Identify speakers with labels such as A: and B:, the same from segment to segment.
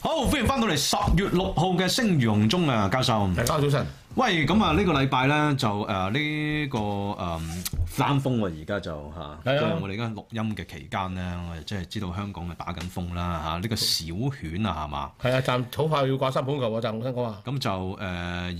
A: 好，歡迎翻到嚟十月六號嘅《聲如洪鐘》啊，教授。
B: 大家早晨，
A: 喂，咁啊，呢個禮拜咧就呃誒呢、個誒、冷風喎，而家就嚇，即
B: 係啊
A: 係我哋而家錄音嘅期間咧，我哋即係知道香港係打緊風啦嚇，呢、個小犬啊係嘛？
B: 係啊，暫好快要掛三捧球啊！暫我聽講話，
A: 咁就誒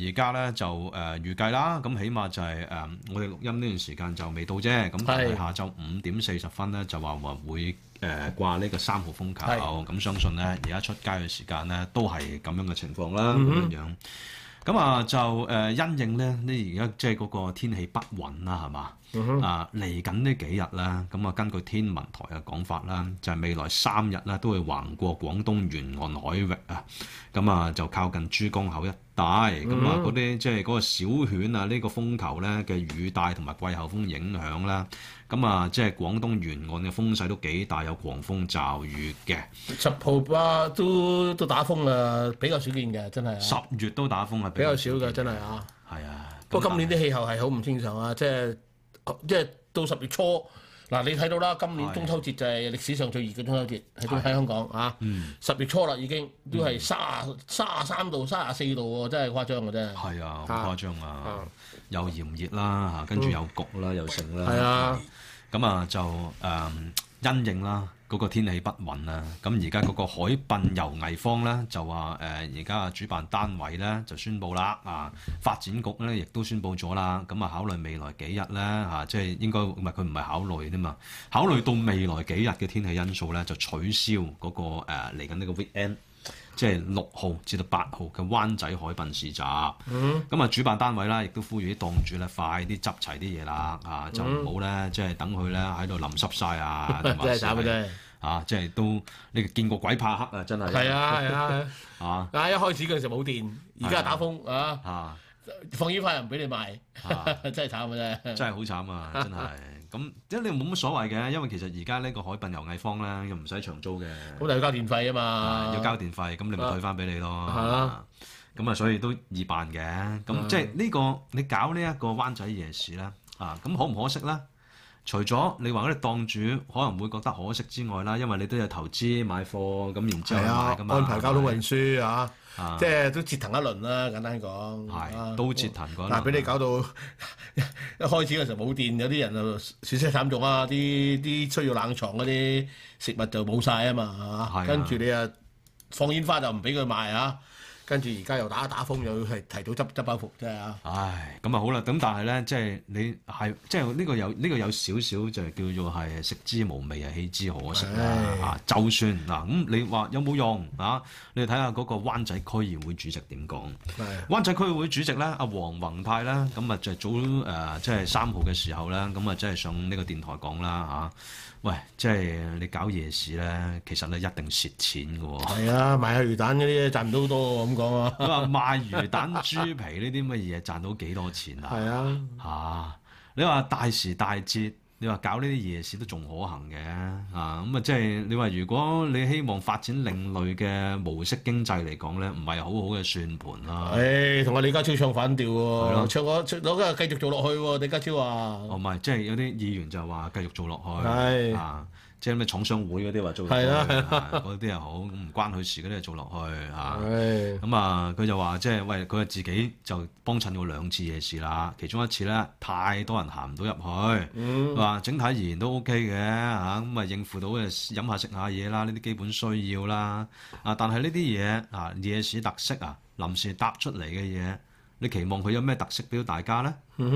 A: 而家咧就誒、預計啦，咁起碼就係、誒、我哋錄音呢段時間就未到啫，咁但係
B: 係
A: 下晝五點四十分咧就話話會誒、掛呢個三號風球，
B: 係
A: 咁相信咧而家出街嘅時間咧都係咁樣嘅情況啦，咁、樣樣。咁啊就誒、因應咧，呢而家即係嗰個天氣不穩啦，係嘛？啊嚟緊呢幾日啦，咁啊根據天文台嘅講法啦，就係、未來三日啦都會橫過廣東沿岸海域啊，咁啊就靠近珠江口一帶，咁啊嗰啲即係嗰個小犬啊呢、個風球咧嘅雨帶同埋季候風影響啦，咁啊即係廣東沿岸嘅風勢都幾大，有狂風驟雨嘅，
B: 十號啊都都打風啊，比較少見嘅，真係
A: 十
B: 啊，
A: 月都打風係
B: 比較少嘅，真係啊。
A: 係啊，
B: 不過今年啲氣候係好唔正常啊，即係即係到十月初嗱，你睇到啦，今年
A: 係
B: 中秋節就係歷史上最熱嘅中秋節喺中喺香港啊，十月初啦已經都係卅卅三度、卅四度喎，真係誇張嘅真係。
A: 係啊，好誇張啊！又炎熱啦，嚇跟住又焗啦，又剩啦。
B: 嗯係啊，
A: 咁啊就誒、因應啦，嗰、個天氣不穩啦。咁而家嗰個海濱遊藝坊咧就話誒，而家啊主辦單位咧就宣布啦，啊發展局咧亦都宣布咗啦。咁啊考慮未來幾日咧嚇、啊即係應該唔係佢唔係考慮啊啫嘛，考慮到未來幾日嘅天氣因素咧，就取消嗰、個誒嚟緊呢個 weekend。即係六號至到八號嘅灣仔海濱市集。咁啊、
B: 嗯
A: 主辦單位啦，亦都呼籲啲檔主咧，快啲執齊啲嘢啦，啊，就唔好咧，即係等佢咧喺度淋濕晒 啊，
B: 嗯真係慘嘅
A: 係
B: 真係。
A: 啊，即係都你見過鬼怕黑啊，真係
B: 係啊係啊，
A: 啊
B: 啊一開始嗰陣時冇電，而家打風啊。
A: 啊
B: 放煙花又唔俾你賣，
A: 啊！
B: 真係慘啊！真係。
A: 真係好慘 啊！真係咁，即係你冇乜所謂嘅，因為其實而家呢個海濱遊藝坊咧，又唔使長租嘅。
B: 咁但係要交電費啊
A: 啊
B: 嘛，
A: 要交電費，咁你咪退翻俾你咯。啊
B: 係啊
A: 咁啊，所以都易辦嘅。咁即係呢個你搞呢一個灣仔夜市咧，啊咁可唔可惜咧？除咗你話嗰啲檔主可能會覺得可惜之外啦，因為你都有投資買貨，咁然之後
B: 係
A: 去買
B: 啊
A: 㗎，嘛，
B: 安排交通運輸啊，
A: 啊
B: 即係都折騰一輪啦，簡單講。
A: 係
B: 啊
A: 都折騰嗰一輪
B: 嗱，俾你搞到 一開始嗰時候冇電，有啲人就損失慘重啊！啲啲需要冷藏嗰啲食物就冇晒啊嘛，
A: 係啊
B: 嚇跟住你啊放煙花就唔俾佢賣啊，跟住而家又打打風，又要係提早執執包袱，真係啊！
A: 唉，咁啊好啦，咁但係咧，即係你係即係呢個有呢、個有少少就係叫做係食之無味啊，棄之可惜啦
B: 唉
A: 啊！就算嗱咁，你話有冇用啊？你睇下嗰個灣仔區議會主席點講。
B: 係
A: 灣仔區會主席咧，阿黃宏泰咧，咁啊就早誒，即係三號嘅時候咧，咁啊即係上呢個電台講啦嚇，喂，即係你搞夜市咧，其實咧一定蝕錢嘅喎。
B: 係啊，賣下魚蛋嗰啲賺唔到好多喎咁講啊，
A: 佢話賣魚蛋、豬皮呢啲乜嘢賺到幾多錢啊？
B: 係啊。
A: 嚇、你話大時大節，你話搞呢啲夜市都仲可行嘅啊！咁啊，即係你話如果你希望發展另類嘅模式經濟嚟講咧，唔係好好嘅算盤啦。
B: 唉，同阿李家超唱反調
A: 係咯
B: 喎，唱我唱我繼續做落去喎，李家超
A: 哦，
B: 話
A: 唔係，即係有啲議員就話繼續做落去，
B: 係
A: 啊，即係咩廠商會嗰啲話做落去，
B: 係啦
A: 啊嗰啲又好，咁唔關佢事嗰啲就做落去啊。
B: 唉，
A: 咁啊，佢就話即係喂，佢自己就幫襯過兩次夜市啦，其中一次咧太多人行唔到入去，話、整體而言都 OK 嘅嚇，咁啊應付到嘅飲下食下嘢啦，呢啲基本需要啦。啊，但係呢啲嘢啊夜市特色啊，臨時搭出嚟嘅嘢，你期望佢有咩特色俾到大家咧？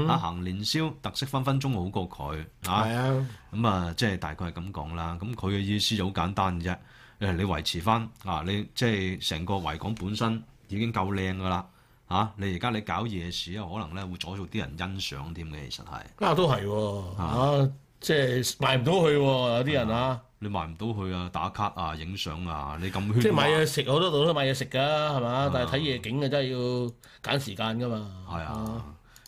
A: 啊，行年宵特色分分鐘好過佢啊！
B: 係啊，
A: 咁啊，即係大概係咁講啦。咁佢嘅意思就好簡單嘅啫。誒，你維持翻啊，你即係成個維港本身已經夠靚噶啦嚇。你而家你搞夜市啊，可能咧會阻住啲人欣賞添嘅。其實係
B: 啊都係喎，啊即係賣唔到去喎，有啲人啊，
A: 你埋唔到去啊，打卡啊，影相啊，你咁
B: 即
A: 圈
B: 係買
A: 啊，
B: 嘢食好多啊度都買嘢食㗎，係嘛？但係睇夜景啊，真係要揀時間㗎嘛。
A: 係啊。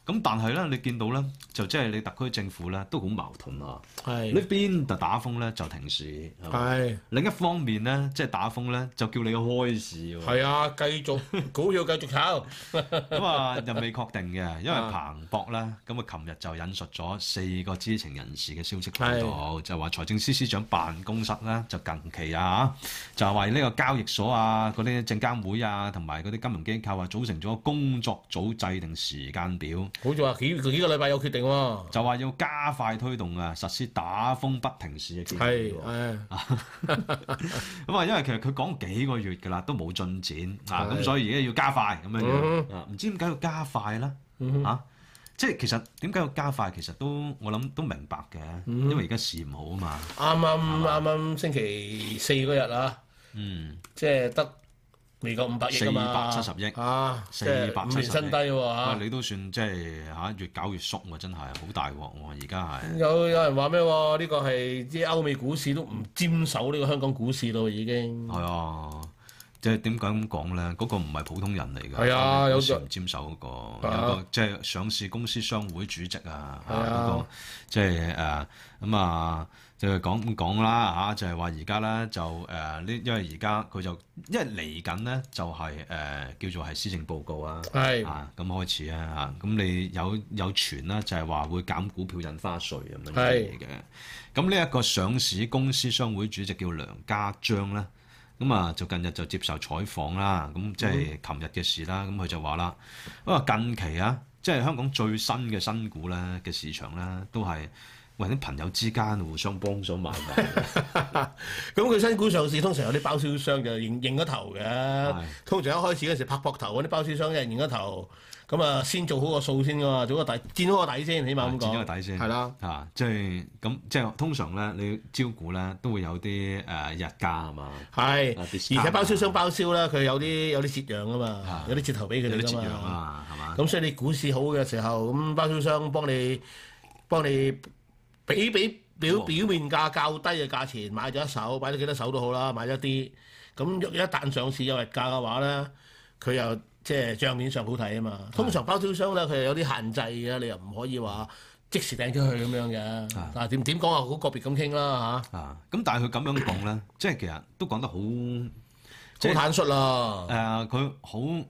A: 咁咁但係咧，你見到咧，就即係你特區政府咧都好矛盾啊！呢
B: 係啊
A: 邊就打風咧就停市，係嘛
B: 係
A: 另一方面咧即係打風咧就叫你開市喎。
B: 係啊，繼 續股票繼續炒，
A: 咁啊，又未確定嘅，因為
B: 啊
A: 彭博咧，咁啊，琴日就引述咗四個知情人士嘅消息報道，就話財政司司長辦公室咧，就近期啊，就係為呢個交易所啊、嗰啲證監會啊，同埋嗰啲金融機構啊，組成咗工作組制定時間表，
B: 好似話幾幾個禮拜有決定喎。
A: 就話要加快推動啊，實施打風不停市嘅建議
B: 係
A: 喎。
B: 誒
A: 咁啊，因為其實佢講幾個月㗎啦，都冇進展啊，
B: 係
A: 咁所以而家要加快咁樣
B: 嗯
A: 樣啊，唔知點解要加快啦嚇、啊即係其實點解要加快，其實都我諗都明白嘅，
B: 嗯
A: 因為而家市唔好啊嘛，
B: 啱啱啱啱星期四嗰日啊，
A: 嗯，
B: 即係得未夠五百億啊嘛，
A: 470億
B: 啊，即係五
A: 470
B: 年新低喎
A: 喂、
B: 啊
A: 你都算即係嚇、越搞越縮喎，真係好大鑊喎，而家係
B: 有有人話咩喎？呢、個係啲歐美股市都唔沾手呢個香港股市咯，已經。
A: 係啊。即係點解咁講咧？嗰、個唔係普通人嚟㗎，
B: 係啊
A: 有
B: 有
A: 時
B: 個
A: 唔沾手嗰、
B: 啊
A: 個，有個即係上市公司商會主席啊，
B: 係
A: 嗰、
B: 啊
A: 個即係誒咁啊，就係講咁講啦啊嚇，就係話而家咧就誒呢，因為而家佢就因為嚟緊咧就係、誒、叫做係施政報告啊。
B: 係
A: 啊，咁開始啊，嚇咁你有有傳啦，就係話會減股票印花稅咁樣嘅嘢嘅。咁呢一個上市公司商會主席叫梁家章咧，咁啊就近日就接受採訪啦，咁即係
B: 嗯
A: 琴日嘅事啦，咁佢就話啦，咁啊近期啊，即係香港最新嘅新股咧嘅市場咧，都係喂啲朋友之間互相幫手買 賣。
B: 咁佢新股上市通常有啲包銷商就認認咗頭嘅，通常一開始嗰時拍膊頭嗰啲包銷商一人認咗頭，咁啊先做好個數先㗎嘛，做個底，墊好個底先，起碼
A: 啊
B: 咁
A: 剪咗
B: 講。
A: 個底先，
B: 係啦，
A: 啊，即係咁，即係通常咧，你招股咧都會有啲誒、呃日價啊嘛，
B: 係，
A: 啊
B: 而
A: ，discount
B: 且包銷商包銷啦，佢有啲有啲折讓㗎嘛，有啲折頭俾佢
A: 啊有
B: 哋
A: 啲折
B: 㗎
A: 讓
B: 嘛。
A: 啊，係嘛？
B: 咁所以你股市好嘅時候，咁包銷商幫你幫你俾俾表
A: 哦
B: 表面價較低嘅價錢買咗一手，買咗幾多手都好啦，買咗啲。咁一旦上市有日價嘅話咧，佢又即係帳面上好睇啊嘛。通常包銷商咧，佢又有啲限制嘅，你又唔可以話即時掟出去咁樣嘅。但係點點講啊，好個別咁傾啦
A: 啊，咁但係佢咁樣講 咧，即係其實都講得好誒，即係
B: 嚇，好坦率啦。
A: 哦佢好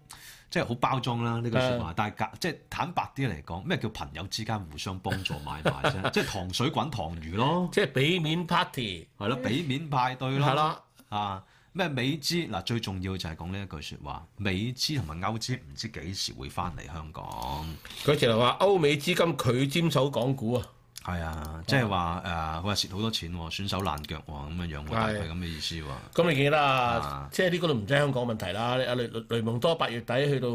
A: 即係好包裝啦呢句説話，但係隔即係坦白啲嚟講，咩叫朋友之間互相幫助買賣 啫？即係糖水滾糖魚咯，
B: 即係俾面 party
A: 係咯，俾面派對
B: 係
A: 咯，
B: 啦，
A: 啊咩美資嗱最重要就係講呢一句説話，美資同埋歐資唔知幾時會翻嚟香港。
B: 佢直頭話歐美資金佢沾手港股啊。
A: 係啊，即係話誒，佢話蝕好多錢喎，損手爛腳喎，咁樣樣喎，
B: 係
A: 大概咁嘅意思喎。
B: 咁你記得
A: 啊
B: 啊？即係呢個都唔使香港問題啦。阿雷雷雷蒙多八月底去到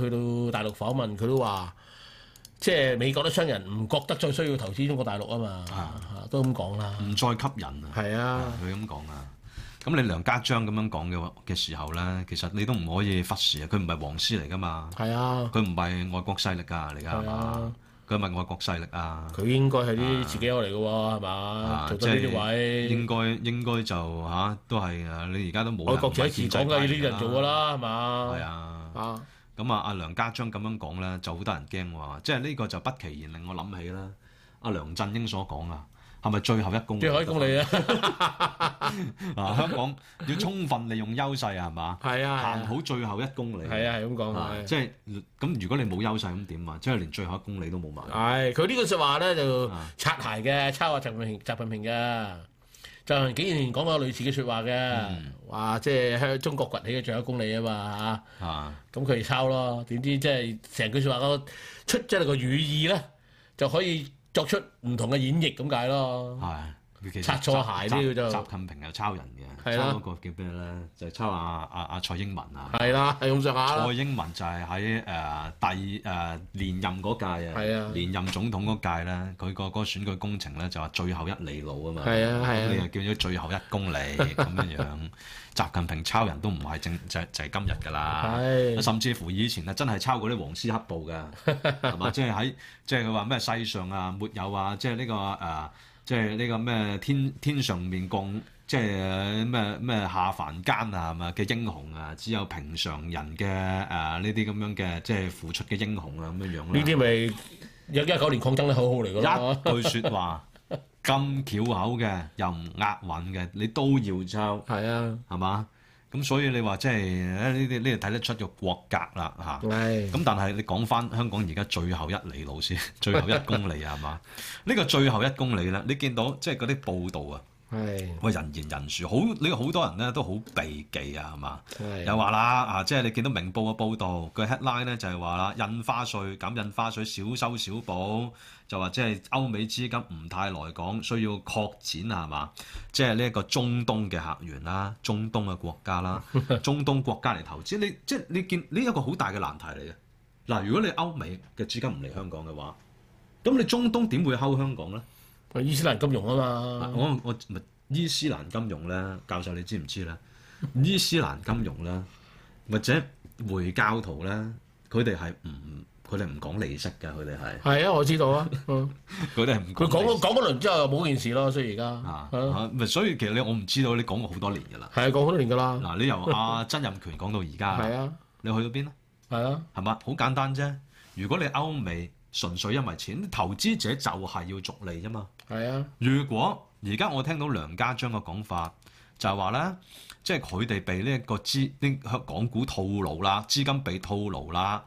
B: 去到大陸訪問，佢都話，即係美國啲商人唔覺得再需要投資中國大陸啊嘛，啊都咁講啦。
A: 唔再吸引啊！
B: 係啊，
A: 佢咁講啊。咁你梁家章咁樣講嘅話嘅時候咧，其實你都唔可以忽視啊。佢唔係黃絲嚟噶嘛，
B: 係啊，
A: 佢唔係外國勢力㗎嚟㗎係
B: 係
A: 嘛
B: 啊？
A: 佢係咪外國勢力啊？
B: 佢應該係啲自己友嚟嘅喎，係嘛？做
A: 即
B: 到呢啲
A: 係
B: 位，
A: 應該應該就嚇都係啊！你而家都冇
B: 愛
A: 人
B: 國者
A: 唔係
B: 治
A: 建制
B: 港梗係要呢啲
A: 派
B: 人做㗎啦，係
A: 係
B: 嘛？
A: 啊。
B: 啊，
A: 咁啊，阿梁家章咁樣講咧，就好得人驚喎。即係呢個就不其然令我諗起啦。阿梁振英所講啊，係咪最後一公里
B: 最後一公里啊，
A: 啊？香港要充分利用優勢啊係嘛？
B: 係
A: 行
B: 啊，
A: 好最後一公里。
B: 係啊，係咁講
A: 啊
B: 係
A: 即係咁，如果你冇優勢咁點啊？即係連最後一公里都冇埋。
B: 唉，佢呢句説話咧就
A: 啊
B: 擦鞋嘅，抄下習近平習近平嘅。習近平竟然講過類似嘅説話嘅，話即係香中國崛起嘅最後一公里啊嘛
A: 啊，
B: 嚇，咁佢哋抄咯，點知即係成句説話個出即係個語意咧，就可以作出唔同嘅演繹咁解咯。
A: 係。其實
B: 擦錯鞋
A: 習
B: 呢個就
A: 習近平又抄人嘅，
B: 係啦
A: 抄嗰個叫咩咧？就係抄阿阿阿蔡英文啊。
B: 係啦，係咁上下
A: 蔡
B: 啦。
A: 英文就係喺誒第誒、呃、連任嗰屆
B: 係啊
A: 連任總統嗰屆咧，佢個嗰個選舉工程咧就話最後一里路啊嘛，
B: 係啊係啊
A: 咁你又叫咗最後一公里咁樣 樣，習近平抄人都唔係正就係就係今日㗎
B: 哎
A: 啦。
B: 係
A: 甚至乎以前啊，真係抄過啲黃絲黑暴㗎，係嘛？即係喺即係佢話咩世上啊，沒有啊，即係呢、個誒誒、即係呢個咩天天上面降，即係咩咩下凡間啊，係咪嘅英雄啊？只有平常人嘅誒啊呢啲咁樣嘅即係付出嘅英雄啊咁樣樣啦。
B: 啲咪有一九年抗爭嘅口號嚟㗎啦。
A: 一句説話咁巧口嘅，又唔押韻嘅，你都要抄
B: 係啊，
A: 係嘛？咁所以你話即係呢啲呢度睇得出個國格啦嚇。
B: 係
A: 咁但係你講翻香港而家最後一里路先，最後一公里啊係嘛？呢個最後一公里啦，你見到即係嗰啲報道啊，
B: 係
A: 喂人言人殊，好你好多人咧都好避忌啊係嘛？
B: 係
A: 又話啦啊，即係你見到明報嘅報導，佢 headline 咧就係話啦，印花税減印花税少收少補，就話即係歐美資金唔太來港，需要擴展啊係嘛？即係呢一個中東嘅客源啦，中東嘅國家啦，中東國家嚟投資，你即係你見呢一個好大嘅難題嚟嘅。嗱，如果你歐美嘅資金唔嚟香港嘅話，咁你中東點會睺香港咧？
B: 伊斯蘭金融
A: 啊
B: 啊嘛，
A: 我我咪伊斯蘭金融咧，教授你知唔 知咧？伊斯蘭金融咧，或者回教徒咧，佢哋係唔佢哋唔講利息嘅，佢哋係
B: 係啊，我知道啊。嗯
A: 佢哋係唔
B: 佢講
A: 利
B: 嗰
A: 息
B: 講嗰輪之後又冇件事咯，所以而家
A: 啊
B: 係啊
A: 啊咪所以其實你我唔知道你講過好多年㗎啦。
B: 係啊，講好多年㗎啦。
A: 嗱，你由 阿曾蔭權講到而
B: 係
A: 家，
B: 啊，
A: 你去到邊咧？
B: 係啊，
A: 係嘛？好簡單啫。如果你歐美純粹因為錢，投資者就係要逐利啫嘛。
B: 係啊，
A: 如果而家我聽到梁家章嘅講法，就係話咧，即係佢哋被呢一個資呢港股套牢啦，資金被套牢啦，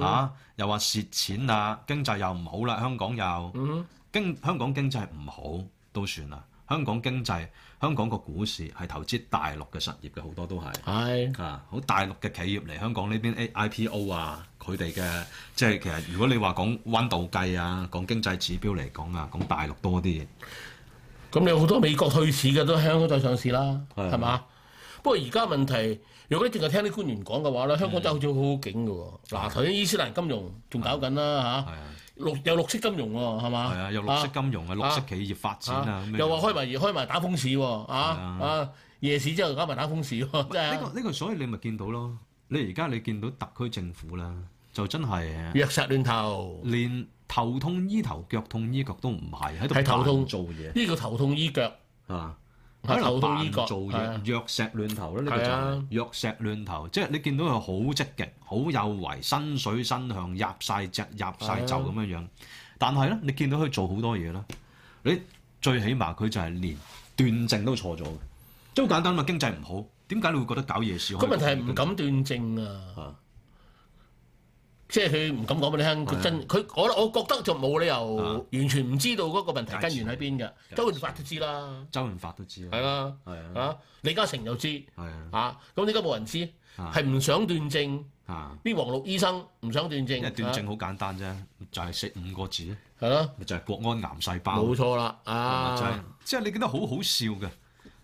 A: 啊，又話蝕錢啦，經濟又唔好啦，香港又
B: 嗯
A: 經香港經濟唔好都算啦，香港經濟香港個股市係投資大陸嘅實業嘅好多都係。
B: 哼，係
A: 啊，好大陸嘅企業嚟香港呢邊 A IPO 啊，佢哋嘅即係其實如果你話講温度計啊，講經濟指標嚟講啊，講大陸多啲嘢。
B: 咁你好多美國退市嘅都喺香港再上市啦，
A: 係啊
B: 係嘛？不過而家問題，如果你淨係聽啲官員講嘅話咧，香港真係好似好好景嘅喎。嗱，頭先伊斯蘭金融仲搞緊啦
A: 係
B: 嚇，
A: 啊，
B: 綠有綠色金融喎，係嘛？
A: 係啊，有綠色
B: 啊
A: 金融啊，綠色企業發展啊，咁樣
B: 又話開埋開埋打風市喎，啊
A: 係
B: 啊夜市之後搞埋打風市喎，真
A: 呢
B: 係啊
A: 個呢個，所以你咪見到咯。你而家你見到特區政府啦，就真係
B: 藥石亂投，
A: 連頭痛醫頭，腳痛醫腳都唔係喺度
B: 係頭痛
A: 扮做嘢
B: 呢個頭痛醫腳。
A: 啊！喺
B: 係
A: 度
B: 頭痛醫
A: 扮
B: 腳
A: 做
B: 係啊
A: 嘢，藥石亂投啦，呢個
B: 係
A: 就
B: 啊
A: 係藥石亂投，即係你見到佢好積極、好有為、身水身向、入晒隻、入晒
B: 啊
A: 就咁樣樣。但係咧，你見到佢做好多嘢啦，你最起碼佢就係連斷症都錯咗嘅，即係好簡單嘛。經濟唔好，點解你會覺得搞夜市可
B: 個
A: 以
B: 問題係
A: 咁
B: 唔敢斷正啊
A: 啊！
B: 即係佢唔敢講俾你聽，佢
A: 啊
B: 真佢我我覺得就冇理由完全唔知道嗰個問題根源喺邊嘅。周潤發都知啦，
A: 周潤發都知啦，
B: 係啦，
A: 係啊，
B: 啊李嘉誠又知
A: 係啊，
B: 啊，咁點解冇人知？
A: 啊
B: 係唔想斷正，
A: 啊，
B: 啲黃綠醫生唔想斷正，
A: 因為斷
B: 啊
A: 症好簡單啫，就係識五個字，
B: 係咯，
A: 咪就係國安癌細胞。
B: 冇錯啦
A: 就係
B: 啊，
A: 即係你覺得好好笑嘅。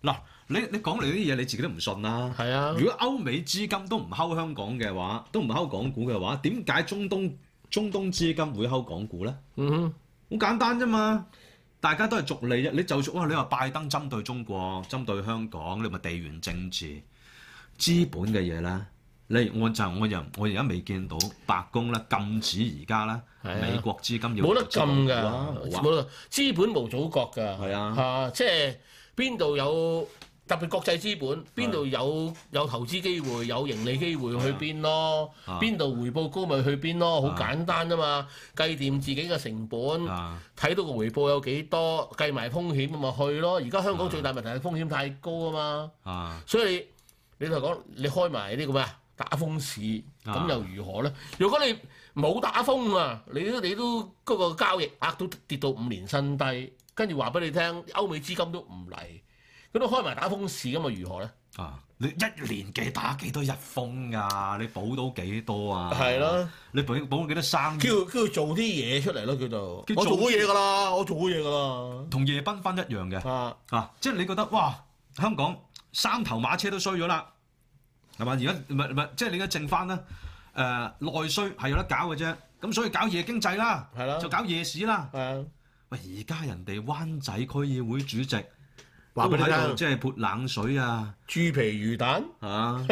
A: 嗱，你你講嚟啲嘢你自己都唔信啦。
B: 係啊，
A: 如果歐美資金都唔睺香港嘅話，都唔睺港股嘅話，點解中東中東資金會睺港股咧？
B: 嗯哼，
A: 好簡單啫嘛，大家都係逐利啫。你就算哇，你話拜登針對中國、針對香港，你咪地緣政治、資本嘅嘢咧。你我就我又我而家未見到白宮咧禁止而家咧
B: 係啊
A: 美國資金要
B: 冇得
A: 投資
B: 禁㗎
A: 港股啊，冇啊
B: 冇得資本無祖國㗎，
A: 係啊
B: 啊，即係邊度有特別國際資本，邊度有有投資機會、有盈利機會去邊咯，
A: 啊
B: 邊度回報高咪去邊咯，好
A: 啊
B: 簡單啫嘛，計掂自己嘅成本，
A: 啊
B: 睇到個回報有幾多，計埋風險咁咪去咯。而家香港最大問題係風險太高啊嘛，
A: 啊！
B: 所以你就講你開埋呢個咩啊？打風市
A: 啊
B: 咁又如何咧？如果你冇打風啊，你都你都嗰、個交易額都跌到五年新低，跟住話俾你聽，歐美資金都唔嚟，佢都開埋打風市咁又如何咧？
A: 啊！你一年幾打幾多日風啊？你補到幾多啊？
B: 係咯，
A: 你補補到幾多生
B: 叫
A: 意？
B: 叫佢做啲嘢出嚟咯，叫做
A: 叫
B: 我
A: 做
B: 做好嘢㗎啦，我做好嘢㗎
A: 同夜繽紛一樣嘅
B: 啦啊！
A: 啊！即係你覺得哇，香港三頭馬車都衰咗啦，係嘛？而家唔係唔係，即係你而家剩翻咧誒內需係有得搞嘅啫。咁所以搞夜經濟啦，
B: 係啊啦
A: 就搞夜市啦。
B: 係啊，
A: 喂，而家人哋灣仔區議會主席
B: 話俾你
A: 都喺度
B: 聽，
A: 即係潑冷水啊！
B: 豬皮魚蛋
A: 啊！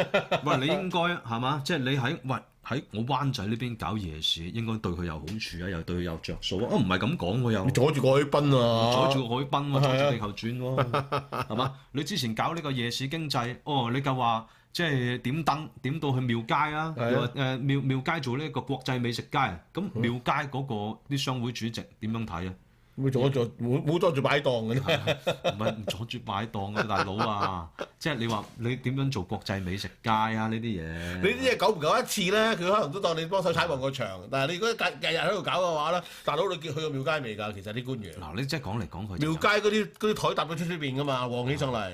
A: 喂，你應該係嘛？即係你喺喂喺我灣仔呢邊搞夜市，應該對佢有好處啊，又對佢有着數啊。啊，唔係咁講喎又。
B: 阻住個海濱啊！
A: 阻住海濱 喎，阻住地球轉喎，係嘛？你之前搞呢個夜市經濟，哦，你就話即係點燈點到去廟街啊，
B: 係啊嗯
A: 又話誒廟廟街做呢一個國際美食街，啊咁廟街嗰個啲商會主席點樣睇啊？
B: 會阻住冇冇阻住擺檔嘅咧，
A: 唔係唔阻住擺檔啊，大佬啊！即係你話你點樣做國際美食街啊？呢啲嘢
B: 你啲嘢久唔久一次咧，佢可能都當你幫手踩旺個場。但係你如果日日日喺度搞嘅話咧，大佬你叫去過廟街未㗎？其實啲官員
A: 嗱，你即係講嚟講去就
B: 廟街嗰啲嗰啲台搭到出出邊㗎嘛，旺起上 嚟，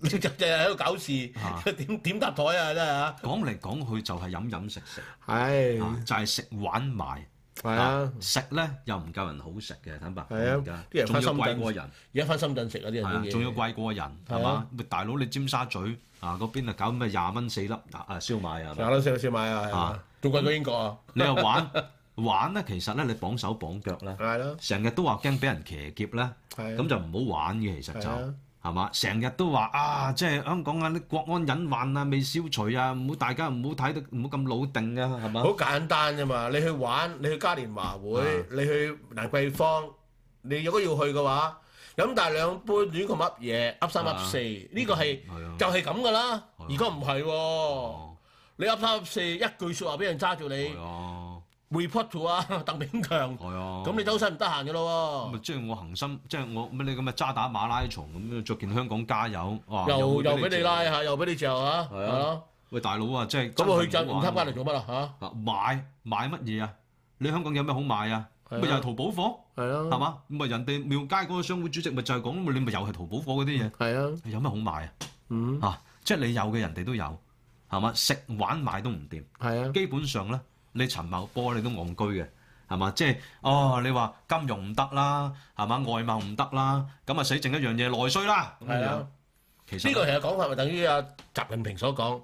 B: 你日日喺度搞
A: 啊
B: 事，點點搭台啊真係啊！
A: 講嚟講去就係飲飲食食，啊
B: 係
A: 就係食玩埋。
B: 嗯係
A: 啊！食咧又唔夠人好食嘅，坦白講
B: 係啊
A: 而家
B: 啲人
A: 仲要
B: 翻深
A: 貴
B: 圳
A: 過人，
B: 而家翻深圳食啊啲
A: 係
B: 人
A: 啊
B: 啲，嘢，
A: 仲要貴過人，係
B: 係
A: 嘛
B: 啊？
A: 咪大佬你尖沙咀啊嗰邊啊搞咩廿蚊四粒啊啊燒賣 啊係嘛，
B: 嗱啦先先買啊係
A: 啊
B: 啊，仲貴過英國啊，
A: 你又玩玩咧，其實咧你綁手綁腳咧，
B: 係咯，
A: 成日都話驚俾人騎劫咧，
B: 係
A: 咁
B: 啊
A: 就唔好玩嘅，其實就
B: 係。啊，
A: 係嘛？成日都話啊，即係香港啊，啲國安隱患啊，未消除啊，唔好大家唔好睇得唔好咁老定啊，係嘛
B: 好？簡單啫嘛！你去玩，你去嘉年華會
A: 啊，
B: 你去蘭桂坊，你如果要去嘅話，飲大兩杯亂咁噏嘢，噏三噏四，呢個係
A: 係啊
B: 就係咁噶啦。
A: 係啊
B: 而家唔係喎，
A: 哦
B: 你噏三噏四，一句説話俾人揸住你
A: 係啊，
B: report to 啊 鄧炳強，
A: 係啊。
B: 咁你周身唔得閒嘅咯
A: 咪即係我恒心，即係我乜你咁嘅啊渣打馬拉松咁樣，着件香港加油，哇！
B: 喎，又又俾你
A: 借
B: 拉下，又俾你嚼下，係
A: 係啊
B: 咯。
A: 喂，大佬啊，即係
B: 咁我去就
A: 真係
B: 唔
A: 好玩
B: 參加嚟做乜啦
A: 啊買買乜嘢啊？你香港有咩好買啊？
B: 係啊嗯
A: 咪又係淘寶貨
B: 嚇？係
A: 係，嘛？咪人哋廟街嗰個商會主席咪就係講，你咪又係淘寶貨嗰啲嘢，
B: 係啊，
A: 有咩好買啊？
B: 嗯，
A: 啊，即係你有嘅人哋都有，係嘛？食玩買都唔掂。
B: 係啊，
A: 基本上咧，你陳茂波你都戇居嘅，係嘛？即係哦，你話金融唔得啦，係嘛？外貿唔得啦，咁啊死剩一樣嘢內需啦。咁
B: 係
A: 樣
B: 啊。
A: 其實
B: 呢個其實講法咪等於阿習近平所講，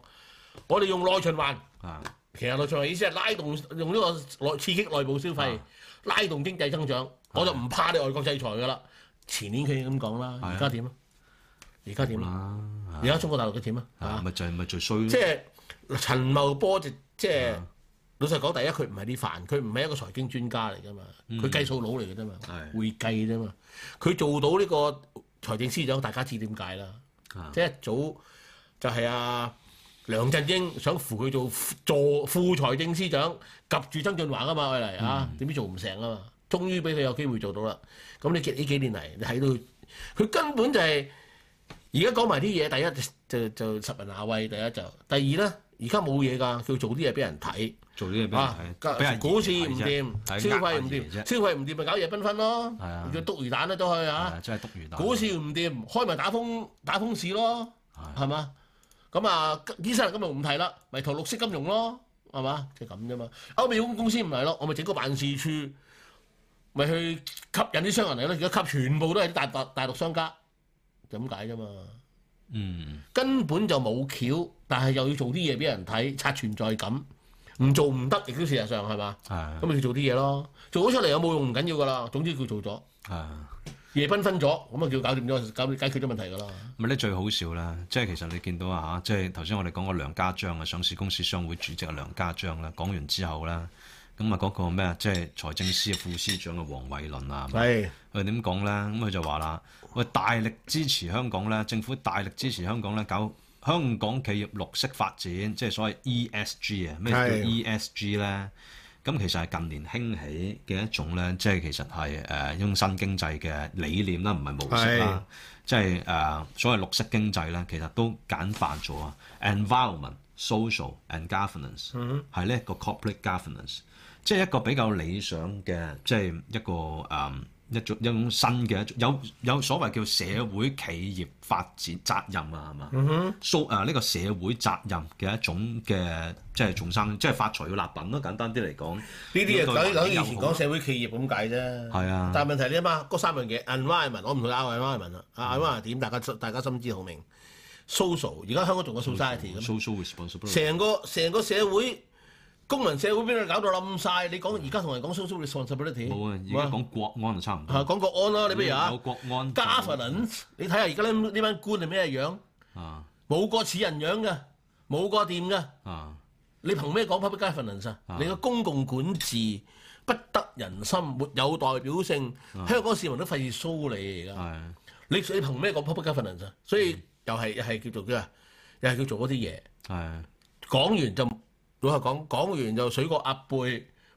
B: 我哋用內循環，
A: 啊，
B: 其實內循環意思係拉動用呢個內刺激內部消費
A: 啊，
B: 拉動經濟增長，我就唔怕你外國制裁噶啦。前年佢已經咁講啦，
A: 係啊
B: 而家點啊？而家點
A: 好
B: 啊？
A: 啦，
B: 而家中國大陸嘅點啊？
A: 啊
B: 啊
A: 咪就係咪最衰咯
B: 即係陳茂波就即係
A: 啊
B: 老實講，第一佢唔係啲凡，佢唔係一個財經專家嚟噶嘛，佢計數佬嚟嘅啫嘛
A: 嗯係，
B: 會計啫嘛，佢做到呢個財政司長，大家知點解啦。
A: 啊
B: 即係一早就係啊梁振英想扶佢做做副財政司長，及住曾俊華啊嘛，佢嚟啊，
A: 嗯
B: 點知做唔成啊嘛，終於俾佢有機會做到啦。咁你幾呢幾年嚟，你睇到佢佢根本就係而家講埋啲嘢，第一就就就十人下位，第一就第二咧，而家冇嘢㗎，佢做啲嘢俾人睇。
A: 做啲嘢
B: 啊
A: 俾人！睇，俾人
B: 股市
A: 嫌
B: 唔
A: 棄啫
B: 掂，
A: 係
B: 消費
A: 呃
B: 唔
A: 人
B: 掂
A: 哋，啫，
B: 消費唔掂咪搞夜繽紛咯
A: 係啊，
B: 叫篤魚蛋啦都去啊
A: 係。啊真係篤完
B: 股市唔掂，開埋打風打風市咯，係嘛？咁啊，伊斯蘭金融唔提啦，咪投綠色金融咯，係嘛？就咁啫嘛。歐美公司唔嚟咯，我咪整個辦事處，咪去吸引啲商人嚟咯。而家吸全部都係啲大大大陸商家，就咁解啫嘛。
A: 嗯
B: 根本就冇橋，但係又要做啲嘢俾人睇，刷存在感，唔做唔得，亦都事實上係嘛？
A: 係啊
B: 咁咪要做啲嘢咯，做咗出嚟有冇用唔緊要噶啦，總之佢做咗。
A: 係啊。
B: 夜繽紛咗，咁啊叫搞掂咗，搞解決咗問題㗎啦。
A: 咪咧最好笑啦，即係其實你見到啊嚇，即係頭先我哋講過梁家章啊，上市公司商會主席啊梁家章啦，講完之後啦，咁啊嗰個咩啊，即係財政司副司長嘅黃偉綸啊，
B: 係
A: 佢點講咧？咁佢就話啦，喂，大力支持香港咧，政府大力支持香港咧，搞香港企業綠色發展，即係所謂 ESG 啊。咩叫
B: 係
A: ESG 咧？咁其實係近年興起嘅一種咧，即係其實係誒一種新經濟嘅理念啦，唔係模式啦，即係誒、呃所謂綠色經濟咧，其實都簡化咗啊，environment、social and governance
B: 嗯
A: 係呢一個 corporate governance，即係一個比較理想嘅，即係一個誒、嗯一種一種新嘅一種有有所謂叫社會企業發展責任啊，係嘛？
B: 嗯
A: 蘇誒呢個社會責任嘅一種嘅即係重生，即係發財嘅立品咯。簡單啲嚟講，呢
B: 呢啲嘢等等於以前講社會企業咁解啫。
A: 係啊
B: 但係問題你啊嘛，嗰三樣嘢 environment，我唔同你 environment 啦。啊
A: 嗯
B: environment 點？大家大家心知肚明。social 而家香港仲有 society 咁，
A: social responsibility
B: 成個成個社會公民社會俾你搞到冧晒。你講而家同人講 social responsibility，
A: 冇啊！而家講國安就差唔
B: 啊係
A: 多，
B: 講國安啦，你不如
A: 有
B: 啊
A: 國安就
B: governance，你睇下而家呢呢班官係咩樣，
A: 啊
B: 冇個似人樣嘅，冇個掂嘅。
A: 啊
B: 你憑咩講 public governance 啊？你個公共管治不得人心，沒有代表性，香港市民都費事蘇你而家。
A: 係
B: 你你憑咩講 public governance 啊？所以又係又係叫做咩啊？又係叫做嗰啲嘢。
A: 係
B: 講完就老實講，講完就水過鴨背，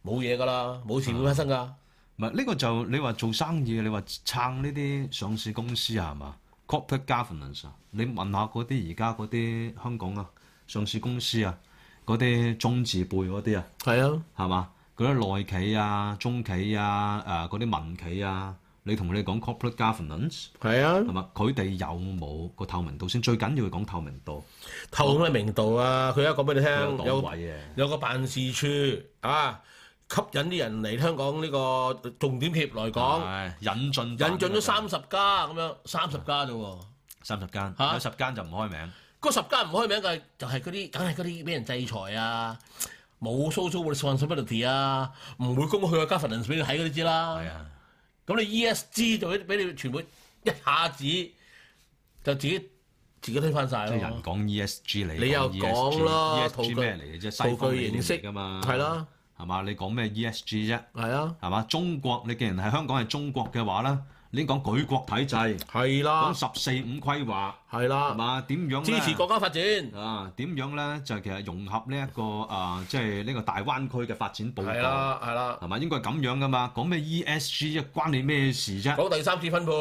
B: 冇嘢㗎啦，冇事會發生㗎。
A: 唔係呢個就你話做生意，你話撐呢啲上市公司啊，係嘛？Corporate governance 啊，你問下嗰啲而家嗰啲香港啊上市公司啊，嗰啲中字輩嗰啲啊，
B: 係啊，
A: 係嘛？嗰啲內企啊、中企啊、誒嗰啲民企啊，你同佢哋講 corporate governance
B: 係啊
A: 係，嘛？佢哋有冇個透明度先？最緊要係講透明度，
B: 透咩明道啊？佢而家講俾你
A: 有
B: 聽，
A: 黨
B: 有
A: 委嘅。啊
B: 有個辦事處啊，吸引啲人嚟香港呢個重點企業來港。
A: 係引進
B: 引進咗三十家咁樣，三十家啫喎。
A: 三十間，
B: 嚇
A: 有十間就唔開名。
B: 嗰十家唔開名嘅就係嗰啲，梗係嗰啲俾人制裁啊，冇 social responsibility 啊，唔會公開個 governance 俾你睇嗰啲知啦。
A: 係啊，
B: 咁你 ESG 就俾俾你全部一下子就自己自己推翻晒
A: 即係人
B: 咯。
A: 講 E ESG 你
B: 你又講啦圖具
A: ESG 咩嚟嘅啫？西
B: 圖
A: 方
B: 具
A: 理
B: 形
A: 念
B: 式
A: 嚟㗎嘛，
B: 係，啦，
A: 係嘛？你講咩 ESG 啫？
B: 係啊，
A: 係嘛？中國你既然係香港係中國嘅話咧，你講舉國體制，
B: 係
A: 講
B: 啦，
A: 十四五規劃
B: 係
A: 係
B: 啦，
A: 嘛？點樣
B: 支
A: 呢
B: 持國家發展。
A: 啊？點樣咧？就其實融合呢、一個啊，即係呢個大灣區嘅發展報
B: 係
A: 告
B: 啦，係啦，
A: 係嘛？應該係咁樣㗎嘛？講咩 ESG 啫？關你咩事啫？
B: 講第三次分配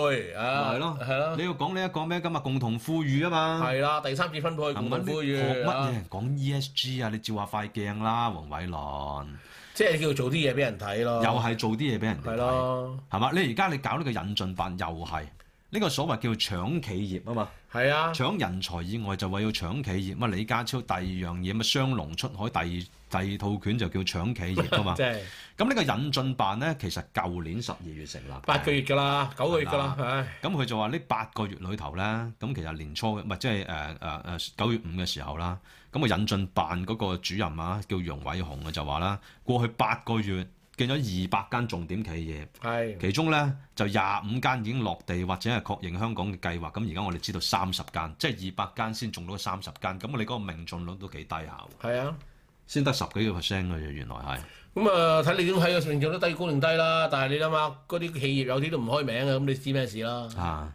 A: 咪
B: 啊，
A: 係咯，
B: 係啦
A: 你，要講呢一個咩今日共同富裕啊嘛，
B: 係啦，第三次分配
A: 係
B: 共
A: 咪
B: 同
A: 呢
B: 富裕
A: 學乜
B: 啊
A: 嘢人講 ESG 啊？你照下塊鏡啦，黃偉倫，
B: 即係叫做啲嘢俾人睇咯，
A: 又係做啲嘢俾人哋
B: 係
A: 睇，
B: 咯，
A: 係嘛？你而家你搞呢個引進法又係呢個所謂叫搶企業啊嘛，
B: 係啊，
A: 搶人才以外就為要搶企業。乜李家超第二樣嘢乜雙龍出海第二第二套拳就叫搶企業 啊嘛
B: 即。係
A: 咁呢個引進辦呢，其實舊年十二月成立嘅，
B: 八個月㗎啦，九個月㗎啦，唉，
A: 咁佢就話呢八個月裏頭咧，咁其實年初嘅唔係即係呃誒誒誒九月五嘅時候啦，咁啊引進辦嗰個主任啊叫楊偉雄啊就話啦，過去八個月見咗二百間重點企業，
B: 係
A: 其中咧就廿五間已經落地或者係確認香港嘅計劃，咁而家我哋知道三十間，即係二百間先中到三十間，咁我啊哋嗰個命中率都幾低下喎，
B: 係啊。
A: 先得十幾個 percent 嘅啫，原來係
B: 咁啊，睇你點睇個成就都低高定低啦。但係你諗下，嗰啲企業有啲都唔開名嘅，咁你知咩事啦？
A: 啊。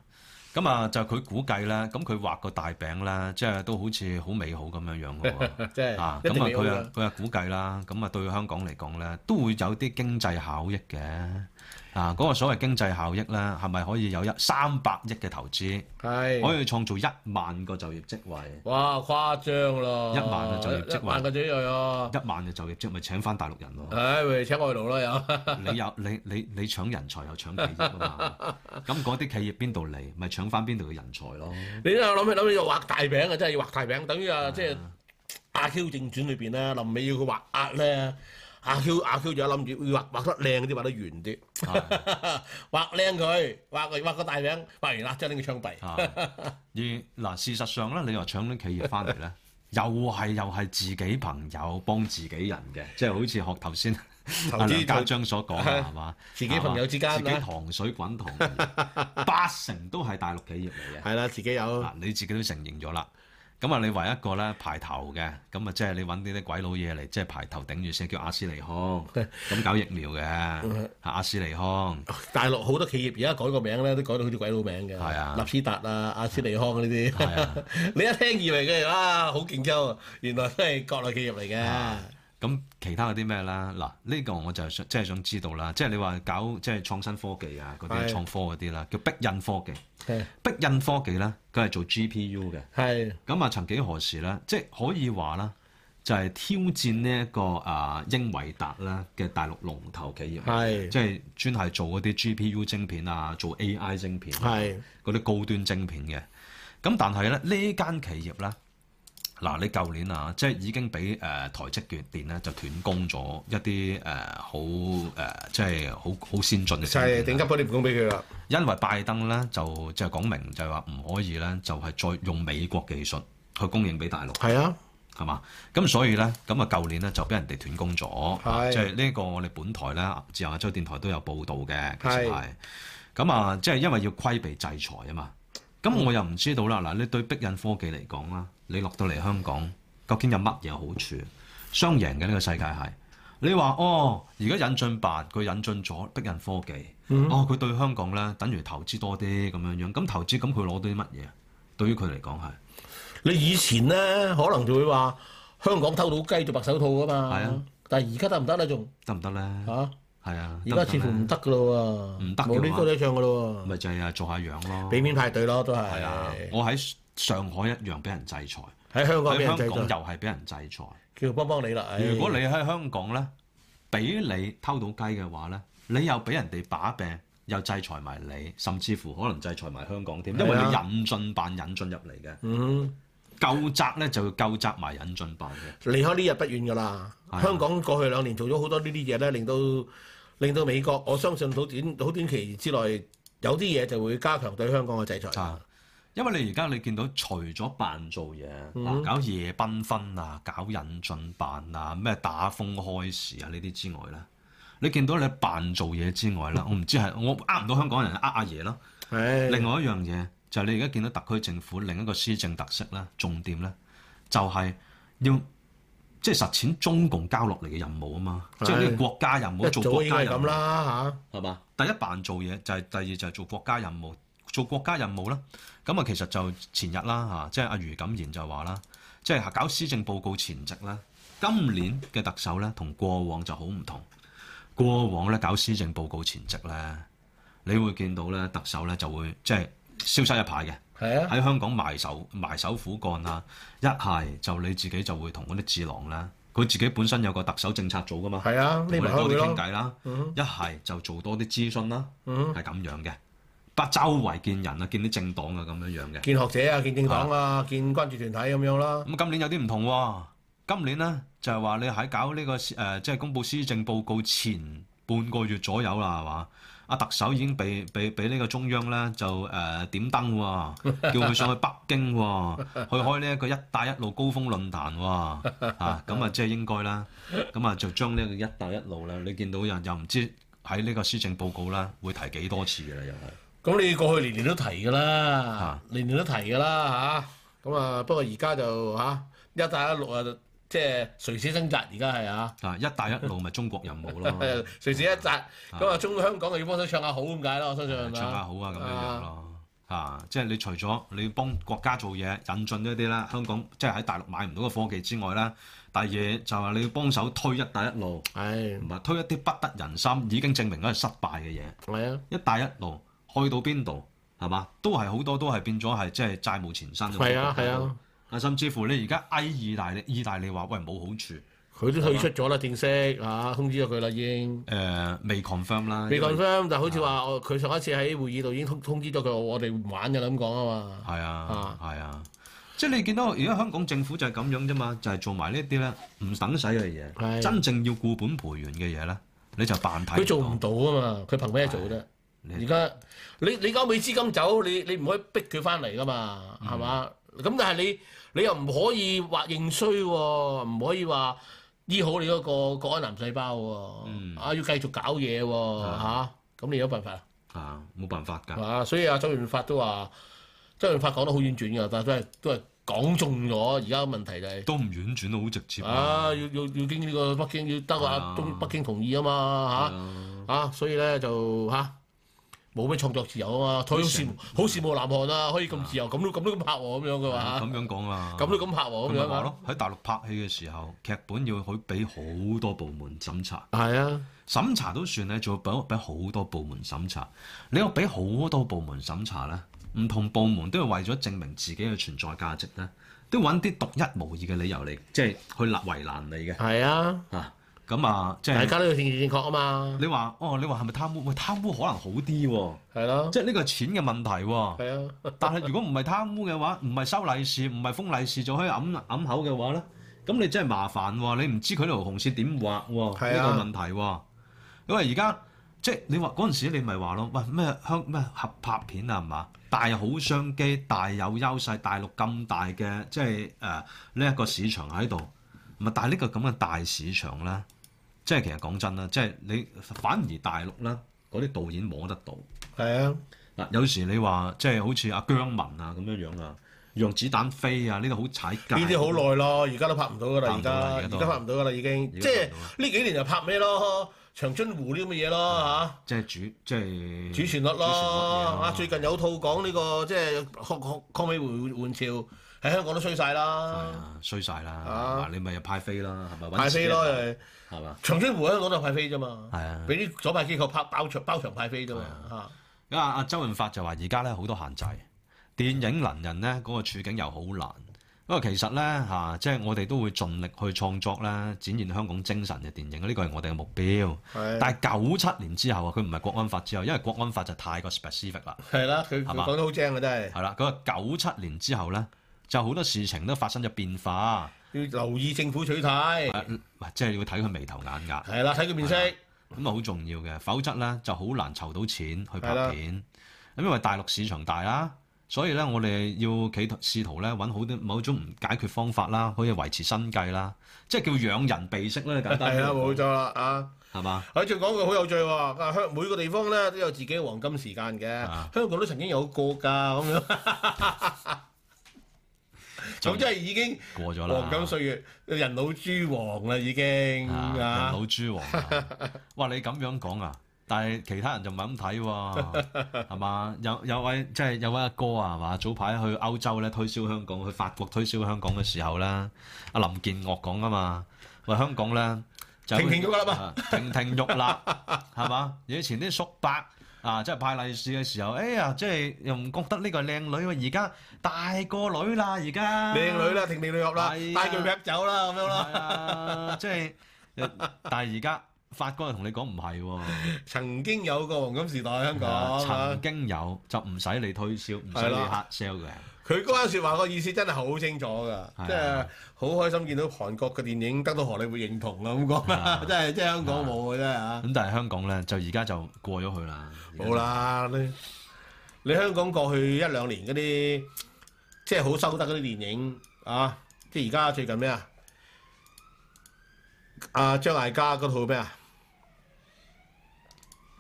A: 咁啊，就佢估計啦，咁佢畫個大餅啦，即係都好似好美好咁樣樣嘅喎。
B: 即係
A: 啊，
B: 一
A: 咁
B: 定
A: 啊
B: 未好
A: 佢啊
B: 㗎。
A: 佢啊估計啦，咁啊對香港嚟講咧，都會有啲經濟效益嘅。啊，嗰、個所謂經濟效益咧，係咪可以有一三百億嘅投資，
B: 係
A: 可以創造一萬個就業職位，
B: 哇，誇張咯！
A: 一萬個就業職位
B: 一萬個就業喎。
A: 一萬嘅就業職咪請翻大陸人 咯？
B: 唉，咪請外勞啦又。
A: 你有你你你搶人才又搶企業 啊嘛，咁嗰啲企業邊度嚟，咪搶翻邊度嘅人才咯？
B: 你都有諗起諗起要畫大餅啊！真係要畫大餅，等於啊，即係《阿 Q 正傳》裏邊咧，臨尾要佢畫押咧。阿 Q 阿 Q 就有諗住要畫畫得靚啲，畫得圓啲，畫靚佢，畫個畫個大餅，畫完啦之後拎佢槍斃。
A: 啊，而嗱事實上咧，你話搶啲企業翻嚟咧，又係又係自己朋友幫自己人嘅，即係好似學頭先
B: 投
A: 阿啊
B: 資
A: 梁家
B: 就
A: 章所講
B: 係
A: 啊，係嘛？
B: 自己朋友之間
A: 自己
B: 啊
A: 糖水滾糖魚，八成都係大陸企業嚟嘅。
B: 係啦，自己有
A: 嗱，你自己都承認咗啦。咁啊，你唯一一個咧排頭嘅，咁啊，即係你揾啲啲鬼佬嘢嚟，即係排頭頂住先，叫阿斯利康， 咁搞疫苗嘅，
B: 嗯
A: 啊阿斯利康，
B: 大陸好多企業而家改個名咧，都改到好似鬼佬名嘅，
A: 係啊
B: 納斯達啊、阿斯利康呢啲。
A: 係啊
B: 你一聽以為佢哋啊好勁抽啊，原來都係國內企業嚟嘅。
A: 咁其他嗰啲咩啦？嗱，呢個我就想即係想知道啦，即係你話搞即係創新科技啊，嗰啲
B: 係
A: 創科嗰啲啦，叫逼印科技，
B: 係
A: 逼印科技咧，佢係做 GPU 嘅。
B: 係
A: 咁啊，曾幾何時咧，即係可以話啦，就係、挑戰呢、一個啊英偉達啦嘅大陸龍頭企業，
B: 係
A: 即係專係做嗰啲 GPU 晶片啊，做 AI 晶片啊，
B: 係
A: 嗰啲高端晶片嘅。咁但係咧，呢間企業咧，嗱你舊年啊，即係已經俾誒、呃台積電咧就斷供咗一啲誒、呃好誒、呃即係好好先進嘅
B: 就
A: 晶
B: 係
A: 片啦
B: 頂級嗰啲唔供俾佢啦。
A: 因為拜登咧就就講明就係話唔可以咧，就係再用美國技術去供應俾大陸，
B: 係啊，
A: 係嘛？咁所以咧，咁啊舊年咧就俾人哋斷供咗，啊
B: 係
A: 即係呢個我哋本台咧自由亞洲電台都有報導嘅，其實
B: 係
A: 係咁啊，即係因為要規避制裁啊嘛。咁
B: 嗯
A: 我又唔知道啦，嗱，你對逼印科技嚟講啦，你落到嚟香港究竟有乜嘢好處？雙贏嘅呢個世界係。你話哦，而家引進辦佢引進咗逼人科技，
B: 嗯
A: 哦佢對香港咧等於投資多啲咁樣樣，咁投資咁佢攞到啲乜嘢？對於佢嚟講係
B: 你以前咧可能就會話香港偷到雞做白手套噶嘛，
A: 係啊
B: 但係而家得唔得咧？仲
A: 得唔得咧？
B: 嚇？
A: 係啊，
B: 而家
A: 得
B: 似
A: 唔
B: 乎
A: 得呢
B: 唔得噶咯喎，
A: 唔得嘅
B: 冇呢
A: 話
B: 歌仔唱噶咯喎，
A: 咪就係啊做下樣咯。
B: 俾面派對咯，都係
A: 係啊，我喺上海一樣俾人制裁，
B: 喺香港
A: 喺
B: 俾人
A: 香
B: 制
A: 港
B: 裁，
A: 又係俾人制裁。
B: 叫幫幫你啦。唉
A: 如果你喺香港咧，俾你偷到雞嘅話咧，你又俾人哋把柄，又制裁埋你，甚至乎可能制裁埋香港添，因為
B: 係啊
A: 你引進辦引進入嚟嘅，
B: 嗯
A: 救責咧就要救責埋引進辦嘅。
B: 離開呢日不遠噶啦，
A: 係啊
B: 香港過去兩年做咗好多呢啲嘢咧，令到令到美國，我相信好短好短期之內有啲嘢就會加強對香港嘅制裁。
A: 啊因為你而家你見到除咗辦做嘢，
B: 嗯
A: 嗱搞夜繽紛啊，搞引進辦啊，咩打風開市啊呢啲之外咧，你見到你辦做嘢之外
B: 嗯
A: 咧，我唔知係我呃唔到香港人，呃阿爺咯。
B: 唉，
A: 另外一樣嘢就係、你而家見到特區政府另一個施政特色咧，重點咧就係、要即係實踐中共交落嚟嘅任務啊嘛，
B: 係
A: 即係呢個國家任務
B: 一
A: 做
B: 早
A: 國
B: 已經
A: 家
B: 係
A: 任
B: 咁
A: 務
B: 啦
A: 係嘛？第一辦做嘢就係、第二就係做國家任務，做國家任務啦。咁啊，其實就前日啦嚇，即係阿余錦賢就話啦，即係搞施政報告前夕啦，今年嘅特首咧同過往就好唔同。過往咧搞施政報告前夕咧，你會見到咧特首咧就會即係消失一排嘅。
B: 嚇，係啊，
A: 喺香港埋手埋手苦幹啊！一係就你自己就會同嗰啲智囊啦，佢自己本身有個特首政策組噶嘛，
B: 係啊，
A: 同
B: 匿
A: 我
B: 埋
A: 哋
B: 開
A: 多
B: 會
A: 啲傾
B: 咯，
A: 偈啦。
B: 嗯
A: 一係就做多啲諮詢啦，
B: 嗯
A: 係咁樣嘅。不周圍見人啊，見啲政黨啊咁樣樣嘅。
B: 見學者啊，見政黨啊，見關注團體咁樣啦。
A: 咁今年有啲唔同喎，今年呢，就係話你喺搞呢、個誒、呃即係公佈施政報告前半個月左右啦，係嘛？阿特首已經被被被呢個中央呢，就誒、呃、點燈喎，叫佢上去北京喎，去開呢一個一帶一路高峰論壇喎，啊咁啊即係應該啦，咁啊就將呢個一帶一路啦，你見到又又唔知喺呢個施政報告啦會提幾多次嘅啦，又係。
B: 咁你過去年年都提㗎啦，年年都提㗎啦嚇。咁啊，不過而家就嚇一帶一路啊，即係垂死掙扎，而家係啊。
A: 啊！一帶一路咪中國任務 咯，
B: 係隨時一擲，咁啊中香港就要幫手唱下好咁解啦，我相信
A: 唱
B: 係咪
A: 下
B: 啊
A: 好啊咁樣樣咯。啊，即係你除咗你要幫國家做嘢，引進一啲啦，香港即係喺大陸買唔到嘅科技之外啦，第二就係你要幫手推一帶一路，
B: 係
A: 唔係推一啲不得人心、已經證明咗係失敗嘅嘢。
B: 係啊，
A: 一帶一路去到邊度係嘛，都係好多都係變咗係即係債務纏身嘅。
B: 係啊，係啊，
A: 啊，甚至乎你而家哀意大利，意大利話喂冇好處，誒、
B: 佢都退出咗啦，正式啊通知咗佢啦已經。
A: 未 confirm 啦，
B: 未 confirm，但好似話哦佢上一次喺會議度已經通通知咗佢，我哋唔玩㗎啦咁講啊嘛。
A: 係啊，係啊，即係你見到而家香港政府就係咁樣啫嘛，就係、做埋呢啲咧唔等使嘅
B: 係
A: 嘢，真正要固本培元嘅嘢咧，你就扮睇
B: 佢做
A: 到
B: 唔到啊嘛，佢憑咩做啫？而
A: 你
B: 家你你歐美資金走，你你唔可以逼佢翻嚟噶嘛，
A: 嗯
B: 係嘛、咁但係你你又唔可以話認衰喎、唔可以話醫好你嗰個國安癌細胞喎、
A: 嗯
B: 啊要繼續搞嘢喎、嚇，咁你有辦法啊
A: 啊，冇辦法
B: 係
A: 㗎，
B: 嘛？所以阿周潤發都話，周潤發講得好婉轉㗎，但係都係都係講中咗。而家問題就係、
A: 都唔婉轉好直接啦，
B: 啊！要要要經呢個北京，要得
A: 係啊
B: 啊中北京同意啊嘛嚇。啊，所以咧就嚇冇咩創作自由啊嘛，佢好羨慕好羨慕南韓啊，可以咁自由，咁都咁都咁拍喎咁樣嘅
A: 係
B: 嘛
A: 啊，，咁樣講啊，
B: 咁都咁拍喎
A: 咁
B: 咁
A: 咪
B: 樣
A: 話
B: 啊，
A: 咯，喺大陸拍戲嘅時候，劇本要去俾好多部門審查。
B: 係啊，
A: 審查都算咧，仲要俾俾好多部門審查。你要俾好多部門審查咧，唔同部門都要為咗證明自己嘅存在價值咧，都要揾啲獨一無二嘅理由嚟，即係去立為難你嘅
B: 係啊，
A: 啊。咁啊，即
B: 大
A: 係
B: 家都要政治正確啊嘛，
A: 你話哦，你話係咪貪污？喂，貪污可能好啲喎、
B: 係咯，
A: 即係呢個係錢嘅問題喎、
B: 係啊，
A: 但係如果唔係貪污嘅話，唔係收利是，唔係封利是就可以揞揞口嘅話咧，咁你真係麻煩喎！你唔知佢條紅線點畫喎，
B: 係
A: 呢、
B: 啊
A: 個問題喎。因為而家即係你話嗰陣時，你咪話咯，喂咩香咩合拍片啊，係嘛？大好商機，大有優勢，大陸咁大嘅即係誒呢一個市場喺度，咪但係呢個咁嘅大市場咧，即係其實講真啦，即係你反而大陸咧嗰啲導演摸得到。
B: 係啊，
A: 嗱，有時你話即係好似阿姜文啊咁樣樣啊，讓子彈飛啊，呢個好踩界。
B: 呢啲好耐咯，而家都拍唔到噶啦，
A: 拍
B: 而
A: 唔到
B: 家
A: 啦
B: 而
A: 而家都
B: 家拍唔到噶啦，已經
A: 而
B: 即
A: 家拍唔
B: 係
A: 到啦
B: 呢幾年就拍咩咯？長津湖呢啲咁嘅嘢咯嚇。
A: 即係主即係
B: 主旋律咯，啊
A: 嗯主旋律
B: 最
A: 嘢
B: 近有套講呢個即係抗抗抗美援援朝喺香港都衰晒
A: 係
B: 啦，
A: 啊，衰晒啦，
B: 啊
A: 嗱你咪又派飛啦，係咪？啊
B: 派飛咯，又
A: 係
B: 係
A: 係嘛？
B: 長津湖喺香港都係派飛啫嘛，
A: 係啊。
B: 俾啲左派機構拍包場包場派飛啫嘛，
A: 咁啊，阿周潤發就話：而家咧好多限制，電影能人咧嗰個處境又好難。不過其實咧嚇、啊即係我哋都會盡力去創作咧，展現香港精神嘅電影，呢個係我哋嘅目標。
B: 係
A: 但係九七年之後啊，佢唔係國安法之後，因為國安法就太過 specific 啦。
B: 係啦，佢佢
A: 係嘛
B: 講得好正啊，真係
A: 係啦，佢話九七年之後咧，就好多事情都發生咗變化，
B: 要留意政府取態，
A: 啊即係要睇佢眉頭眼額。
B: 係啦，睇佢面色，
A: 咁啊好重要嘅，否則咧就好難籌到錢去
B: 係啦
A: 拍片。咁因為大陸市場大啦，所以咧我哋要企圖試圖咧揾好啲某種唔解決方法啦，可以維持生計啦，即係叫養人鼻息啦，簡單
B: 係
A: 啲
B: 啦，冇
A: 嚟講，
B: 錯啦啊！
A: 係嘛？
B: 佢仲講句好有趣喎，啊香每個地方咧都有自己嘅黃金時間嘅，
A: 啊
B: 香港都曾經有過㗎咁樣，
A: 就
B: 咁即係已經。
A: 過咗啦。
B: 黃金歲月，人老珠黃啦已經
A: 啊人
B: 啊！
A: 老珠黃啊！ 哇，你咁樣講啊！但係其他人就唔係咁睇喎， 係嘛？有有位即係有位阿哥啊，係嘛？早排去歐洲咧推銷香港，去法國推銷香港嘅時候咧，阿林建岳講啊嘛，話香港咧就
B: 亭亭玉立啊
A: 啊，亭亭玉 立係嘛？以前啲叔伯啊，即係派利是嘅時候，哎呀，即係又唔覺得呢個係靚女喎，而家大個女啦，而家
B: 靚女啦，停你女入啦，
A: 係啊
B: 帶佢劈走啦咁樣啦。
A: 係啊， 即係，但係而家法官又同你講唔係 喎，
B: 曾經有個黃金時代香港啊
A: 曾，經有就唔使你推銷，唔使你黑 sell 嘅，
B: 佢嗰番説話個意思真係好清楚
A: 係
B: 㗎，
A: 啊
B: 即係好開心見到韓國嘅電影得到荷里活認同啊咁講啦
A: 啊，
B: 真係真係香港冇嘅真係啊，
A: 咁但係香港咧就而家就過咗去啦，
B: 冇，啦你你香港過去一兩年嗰啲即係好收得嗰啲電影啊，即係而家最近咩啊？阿張艾嘉嗰套咩啊？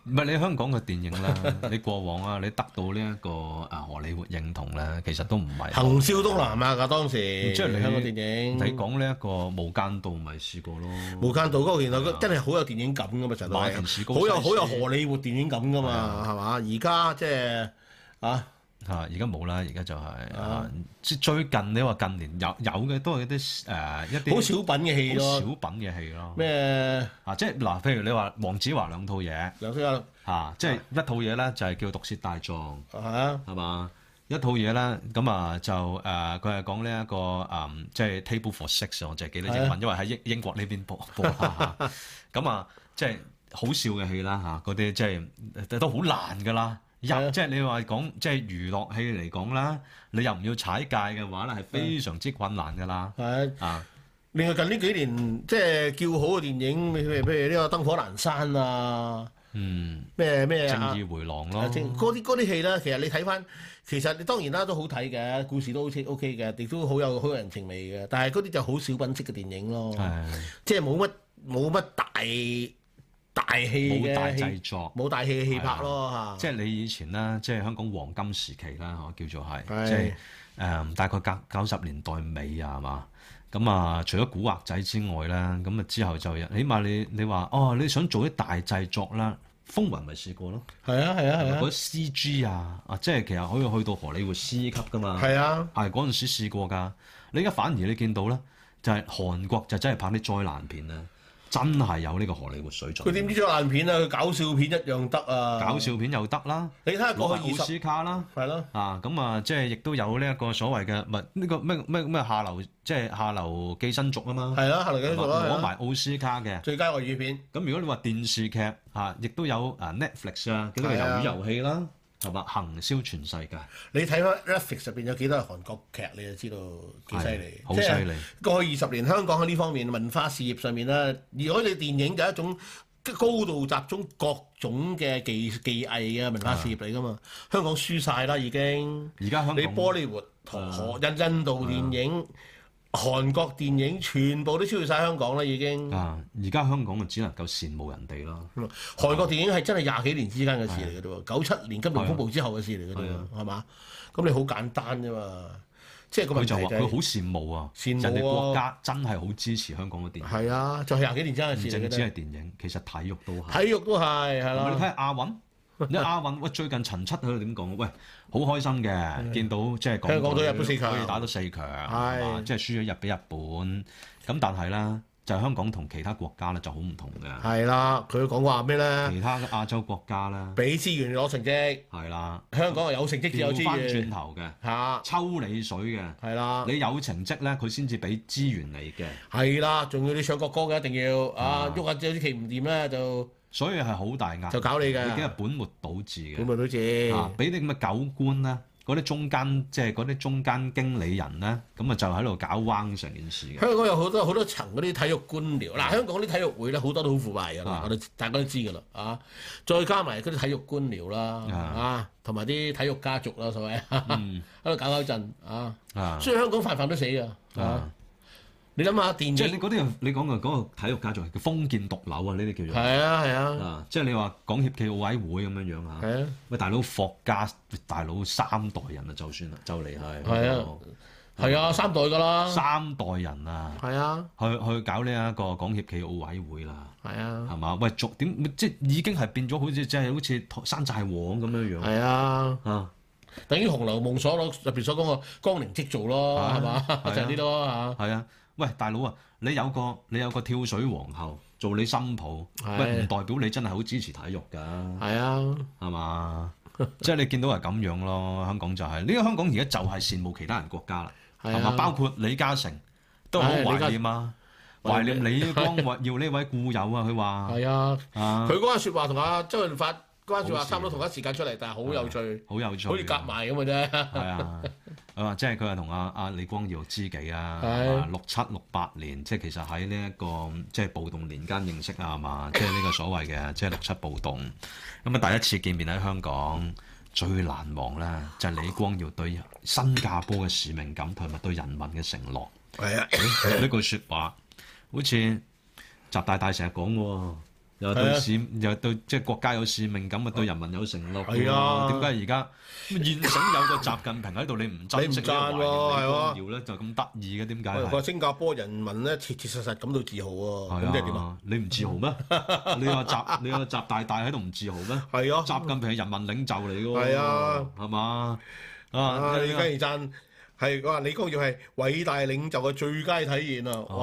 A: 唔係你香港嘅電影啦， 你過往啊，你得到呢一個啊荷里活認同咧，其實都唔係。
B: 行銷東南亞㗎當時，
A: 即係你
B: 香港電影。
A: 你講呢一個無間道咪試過咯，
B: 無間道嗰個原來佢真係好有電影感㗎嘛，成日都
A: 啊馬田史高
B: 係
A: 西啊
B: 好
A: 斯
B: 有好有荷里活電影感㗎嘛，係嘛？而家即係啊，
A: 嚇而家冇啦，而家就係啊即係最近你話近年有有嘅都係一啲誒一啲
B: 好小品嘅戲
A: 好小
B: 咯，
A: 品嘅戲咯。
B: 咩
A: 啊，即係嗱，譬如你話黃子華兩套嘢
B: 梁思雅
A: 嚇、啊即係一套嘢咧就係叫《毒舌大狀》，
B: 啊，
A: 係嘛？一套嘢咧咁啊就誒，佢係講呢一個誒，即係 Table for Six，我就係記得英
B: 係啊
A: 文，因為喺英英國呢邊播 播下嚇咁啊，即係好笑嘅戲啦嚇，嗰啲即係都好難噶啦。入
B: 係啊
A: 即係你話講即係娛樂戲嚟講啦，你又唔要踩界嘅話咧，係
B: 嗯
A: 非常之困難噶啦
B: 係
A: 啊！
B: 另外近呢幾年即係叫好嘅電影，譬如譬如呢個《燈火闌珊》啊，
A: 嗯，
B: 咩咩
A: 正
B: 啊。
A: 義回廊
B: 啊
A: 咯，
B: 正嗰啲嗰啲戲咧，其實你睇翻，其實你當然啦都好睇嘅，故事都好似 O K 嘅，亦都好有好有人情味嘅。但係嗰啲就好小品式嘅電影咯，
A: 係
B: 即係冇乜冇乜大大戲
A: 冇大
B: 嘅戲
A: 製作。
B: 冇大戲嘅戲拍咯
A: 即
B: 嚇。
A: 係你以前啦，即係香港黃金時期啦，嗬，叫做
B: 係
A: 係，即係誒、大概九九十年代尾啊，係嘛？咁啊，除咗古惑仔之外啦，咁啊之後就有起碼你你話哦，你想做啲大製作啦，風雲咪試過咯，
B: 係啊係啊係
A: 嗰
B: 啊
A: 啲 C G 啊，啊即係其實可以去到荷里活 C 級噶嘛，
B: 係啊，
A: 係嗰陣時試過㗎。你而家反而你見到咧，就係、韓國就真係拍啲災難片啦，真係有呢個荷里活水準。
B: 佢點知做爛片啊？佢搞笑片一樣得啊！
A: 搞，笑片又得啦，
B: 你睇下
A: 攞
B: 過
A: 埋
B: 去二
A: 奧
B: 十
A: 斯卡啦。
B: 係咯，
A: 啊，咁啊，即係亦都有呢一個所謂嘅物呢個咩咩咩下流，即係下流寄生族啊嘛，
B: 係咯，後嚟繼續做啦
A: 攞
B: 係啊，
A: 埋奧斯卡嘅。
B: 最佳外語片
A: 咁如果你話電視劇啊，亦都有啊 Netflix 啊，幾多
B: 係
A: 魷
B: 啊
A: 魚遊戲啦，係嘛，行銷全世界，
B: 你睇翻 Netflix 入邊有幾多係韓國劇，你就知道幾犀利
A: 係，好
B: 即
A: 犀
B: 係
A: 利。
B: 過去二十年香港喺呢方面文化事業上面啦，如果你電影就係一種高度集中各種嘅技技藝嘅文化事業嚟噶嘛，香港輸晒啦已經。
A: 而啊家香
B: 你
A: 港啊
B: 玻璃活、荷印印度電影、韓國電影，全部都超越晒香港啦已經。啊
A: 啊，而家香港就只能夠羨慕人哋咯。
B: 韓國電影係真係廿幾年之間嘅事嚟嘅啫喎，九七年金融風暴之後嘅事嚟嘅
A: 啊
B: 啫
A: 係啊
B: 喎，係嘛？咁你好簡單啫嘛。即係個問
A: 佢
B: 題
A: 就話
B: 就
A: 佢好
B: 係
A: 羨慕啊，
B: 羨慕
A: 人哋國
B: 喎
A: 家真係好支持香港嘅電影，
B: 係啊，就係廿幾年真
A: 唔
B: 嘅事
A: 淨
B: 嚟
A: 止
B: 嘅
A: 係電影，其實體育都係。
B: 啫。體育都係係
A: 你睇
B: 啦，
A: 下亞運，你亞運喂最近陳七喺度點講？喂，好開心嘅，見到即係
B: 香港隊入到四強
A: 可以打到四強，係
B: 係
A: 嘛即係輸咗日俾日本。咁但係咧，就香港同其他國家咧就好唔同嘅，
B: 係啊啦。佢講話咩咧？
A: 其他嘅亞洲國家咧
B: 俾資源攞成績，
A: 係啦，
B: 香港係有成績至有啊
A: 調嗯翻
B: 資
A: 轉
B: 源
A: 頭嘅，
B: 嚇，
A: 抽你水嘅，
B: 係啦。
A: 你有成績咧，佢先至俾資源你嘅。
B: 係啦，仲要你唱國歌嘅，一定要啊
A: 啊！
B: 喐下有啲棋唔掂咧，就
A: 所以係好大壓力，
B: 就搞你
A: 已經係
B: 嘅。
A: 本末倒置嘅
B: 本。末倒置，
A: 啊，俾啲咁嘅狗官咧，嗰啲中間即係嗰啲中間經理人咧，咁啊就喺度搞彎成件 事嘅。
B: 香港有好多好多層嗰啲體育官僚。嗱，香港啲體育會咧好多都好腐敗㗎
A: 啊
B: 啦，我哋大家都知㗎啦啊！再加埋嗰啲體育官僚啦
A: 啊
B: 啊，同埋啲體育家族啦，所謂 喺度搞搞震啊，
A: 嗯 啊，
B: 所以香港泛泛都死㗎啊
A: 啊！
B: 你諗下電
A: 即係你
B: 影
A: 嗰啲人你講嘅嗰個體育家族叫封建獨樓啊，呢啲叫做
B: 係啊係啊
A: 啊，即係你話港協暨奧委會咁樣樣啊。
B: 係啊，
A: 喂，大佬霍家大佬三代人啊，就算啦，就嚟係
B: 係啊係啊三代㗎啦，
A: 三代人啊，
B: 係啊
A: 去去搞呢一個港協暨奧委會啦。
B: 係啊
A: 係嘛？喂，逐點即係已經係變咗好似即係好似山寨王咁樣樣
B: 係啊！
A: 啊！
B: 等於《紅樓夢》所攞入邊所講個光靈即做咯，
A: 啊
B: 係嘛？
A: 係啊
B: 就係呢啲咯
A: 係啊，喂，大佬啊，你有個你有個跳水皇后做你新抱，
B: 係
A: 喂，唔代表你真係好支持體育㗎，
B: 嚇。係啊，
A: 係嘛？ 即係你見到係咁樣咯，香港就係、呢、個香港而家就係羨慕其他人國家啦，
B: 係
A: 係嘛？包
B: 啊，
A: 括李嘉誠都好
B: 係李嘉
A: 懷念啊，懷念李光 耀呢位故友啊，佢話
B: 係啊。
A: 啊，
B: 佢嗰個説話同阿周潤發嗰陣説
A: 好
B: 話
A: 似
B: 差唔多同一時間出嚟，但係好有趣，
A: 好有趣，啊
B: 好似夾埋咁嘅啫。
A: 係啊，佢話即係佢係同阿阿李光耀知己啊，
B: 係
A: 係嘛六七六八年，即係其實喺呢一個即係暴動年間認識啊係嘛，即係呢個所謂嘅即係六七暴動。咁啊，第一次見面喺香港，最難忘咧就係李光耀對新加坡嘅使命感同埋對人民嘅承諾。
B: 係啊，
A: 呢句説話，好似習大大成日講喎。又對
B: 係啊
A: 使又對即係國家有使命感啊，對人民有承諾喎。
B: 係啊
A: 點解而家咁現成有個習近平喺度，你唔珍惜
B: 你唔讚喎
A: 呢個懷念
B: 係喎
A: 李光耀咧，就咁得意嘅點解
B: 喂佢話
A: 係？
B: 新加坡人民咧切切實實感到自豪喎，咁即係點
A: 係
B: 啊？
A: 啊，你唔自豪 咩？你話習你話習大大喺度唔自豪咩？
B: 係啊，
A: 習近平係人民領袖嚟嘅喎，
B: 係啊，
A: 係嘛？
B: 啊，
A: 啊，
B: 你跟住讚係佢話李光耀係偉大領袖嘅最佳體現啊！哇，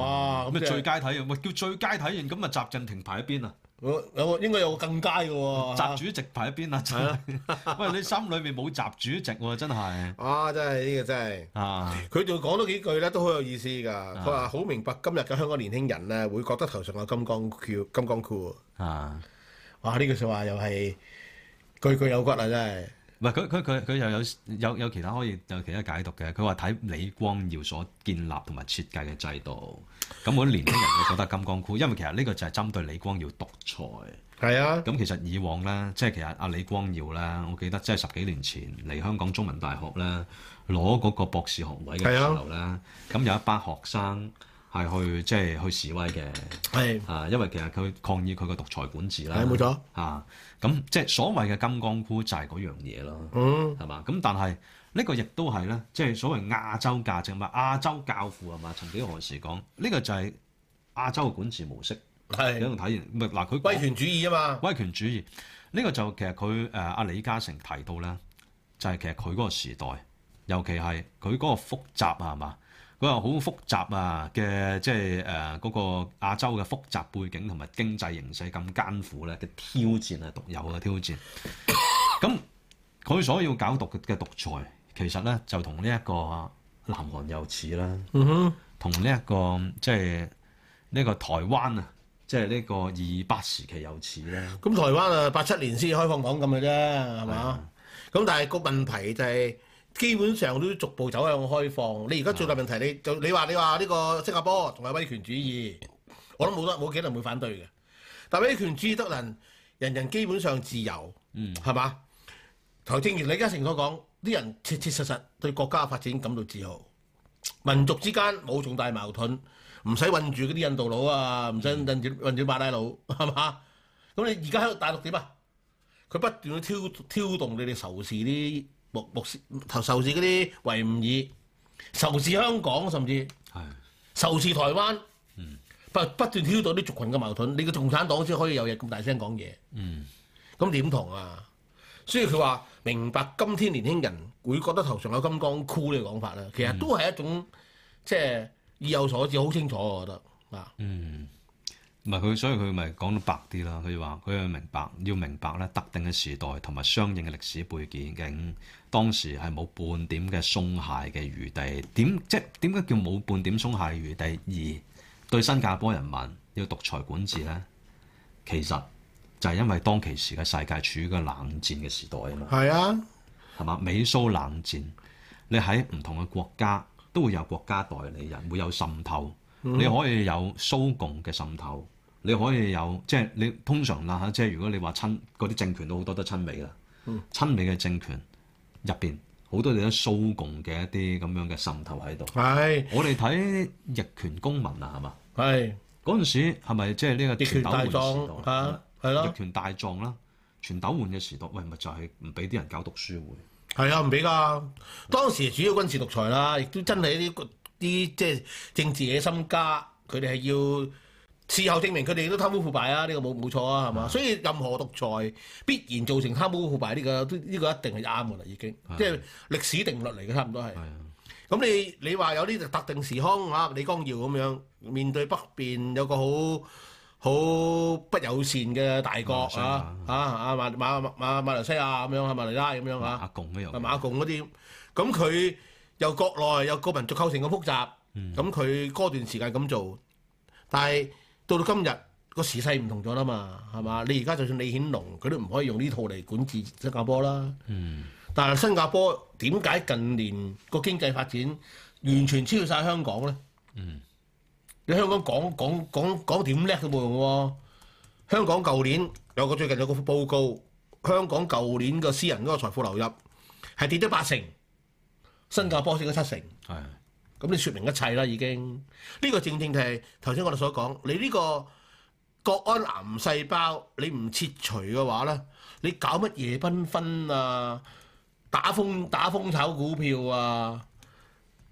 B: 咁
A: 哦咩
B: 即
A: 最
B: 係
A: 佳體現？喂，叫最佳體現，咁啊，習近平排喺邊啊？
B: 有有應該有個更佳嘅喎。
A: 習主席排喺邊啊？真係， 喂，你心裏面冇習主席喎，真係
B: 啊，真係呢個真係〜
A: 啊！
B: 佢仲講多幾句咧，都好有意思㗎。佢話好明白今日嘅香港年輕人咧，會覺得頭上有金剛箍，金剛箍。
A: 啊！
B: 哇！呢句説話又係句句有骨啊，真係。
A: 唔係佢佢佢佢又有有有其他可以有其他解讀嘅。佢話睇李光耀所建立同埋設計嘅制度，咁嗰啲年輕人會覺得金剛箍，因為其實呢個就係針對李光耀獨裁。
B: 係啊，
A: 咁其實以往咧，即係其實阿李光耀咧，我記得即係十幾年前嚟香港中文大學咧攞嗰個博士學位嘅
B: 係
A: 時
B: 啊
A: 候咧，咁有一班學生係去即係去示威嘅。
B: 係
A: 啊，因為其實佢抗議佢個獨裁管治啦，
B: 係冇錯。
A: 啊，咁即係所謂嘅金剛箍就係嗰樣嘢咯，
B: 嗯，
A: 係嘛？咁但係呢個亦都係咧，即係所謂亞洲價值嘛，亞洲教父啊係嘛？曾幾何時講呢個就係亞洲嘅管治模式一
B: 係
A: 種體現。唔係嗱，佢講
B: 威權主義啊嘛。
A: 威權主義呢、個就其實佢誒阿李嘉誠提到咧，就係、其實佢嗰個時代，尤其係佢嗰個複雜啊係嘛，佢話好複雜啊嘅即係誒嗰個亞洲嘅複雜背景同埋經濟形勢咁艱苦咧嘅挑戰啊係獨有嘅挑戰。咁佢所要搞獨嘅獨裁，其實咧就同呢一個南韓又似啦。
B: 嗯哼，
A: 同呢一個即係呢個台灣啊，即係呢個二八時期有似咧。
B: 咁台灣啊，八七年先開放港咁嘅啫，係嘛？咁但係個問題就係。基本上都逐步走向開放。你而家最大問題，你就你話你話呢個新加坡仲係威權主義，我都冇得冇幾多人會反對嘅。但威權主義得人，人人基本上自由，
A: 嗯，
B: 係嘛？頭正如李嘉誠所講，啲人切切實實對國家發展感到自豪，民族之間冇重大矛盾，唔使困住嗰啲印度佬啊，唔使困住困住馬拉佬， 係嘛？咁你而家喺度大陸點啊？佢不斷去挑挑動你哋仇視啲穆穆斯仇仇視嗰啲維吾爾，仇視香港，甚至
A: 係
B: 仇視台灣，
A: 嗯
B: 不不斷挑動啲族群嘅矛盾，你個共產黨先可以有嘢咁大聲講嘢，
A: 嗯
B: 咁點同啊？所以佢話明白今天年輕人會覺得頭上有金剛箍呢個講法啦，其
A: 嗯
B: 實都係一種即係意有所指，好清楚我覺得啊，
A: 嗯，唔係佢，所以佢咪講得白啲啦。佢話佢要明白，要明白咧特定嘅時代同埋相應嘅歷史背景，當時係冇半點嘅鬆懈嘅餘地。點即係點解叫冇半點鬆懈嘅餘地？而對新加坡人民要獨裁管治咧，其實就係因為當其時嘅世界處於個冷戰嘅時代啊嘛。
B: 係啊，
A: 係嘛？美蘇冷戰，你喺唔同嘅國家都會有國家代理人，會有滲透。
B: 嗯
A: 你可以有蘇共嘅滲透，你可以有即係你通常啦嚇，即係如果你話親嗰啲政權都好多都親美啦，
B: 嗯
A: 親美嘅政權入邊好多你都蘇共嘅一啲咁樣嘅滲透喺度。
B: 係
A: 我哋睇逆權公民啊，係嘛？
B: 係
A: 嗰陣時係咪即係呢個
B: 逆權大
A: 團鬥換時
B: 狀
A: 代
B: 嚇，係
A: 逆
B: 咯，
A: 權大狀啦，全斗換嘅時代，喂咪就係唔俾啲人搞讀書會。
B: 係啊，唔俾㗎。當時主要軍事獨裁啦，亦都真係啲啲即係政治野心家，佢哋係要事後證明佢哋都貪污腐敗啊，呢、個冇冇錯啊，係嘛？所以任何獨裁必然造成貪污腐敗呢、個都呢、個一定係啱㗎啦，已經即係歷史定律嚟嘅，差唔多係。
A: 啊
B: 咁你你話有啲特定時空啊，李光耀咁樣面對北邊有個好好不友善嘅大國
A: 馬來西亞
B: 啊啊啊馬馬馬馬馬來西亞咁樣係馬來拉咁樣啊
A: 阿。共都有
B: 係馬共嗰啲，咁佢由國內有個民族構成咁複雜，
A: 嗯
B: 咁佢嗰段時間咁做，但係到到今日個時勢唔同咗啦嘛，係嘛？你而家就算李顯龍，佢都唔可以用呢套嚟管治新加坡啦。
A: 嗯
B: 但係新加坡點解近年個經濟發展完全超越晒香港咧？
A: 嗯，
B: 你香港講講講講點叻都冇用喎。香港舊年有個最近有個報告，香港舊年個私人嗰個財富流入係跌咗八成，新加坡升咗七成。
A: 係啊
B: 咁你説明一切啦，已經呢個正正就係頭先我哋所講，你呢個國安癌細胞你唔切除嘅話咧，你搞乜嘢繽紛啊，打風打風炒股票啊，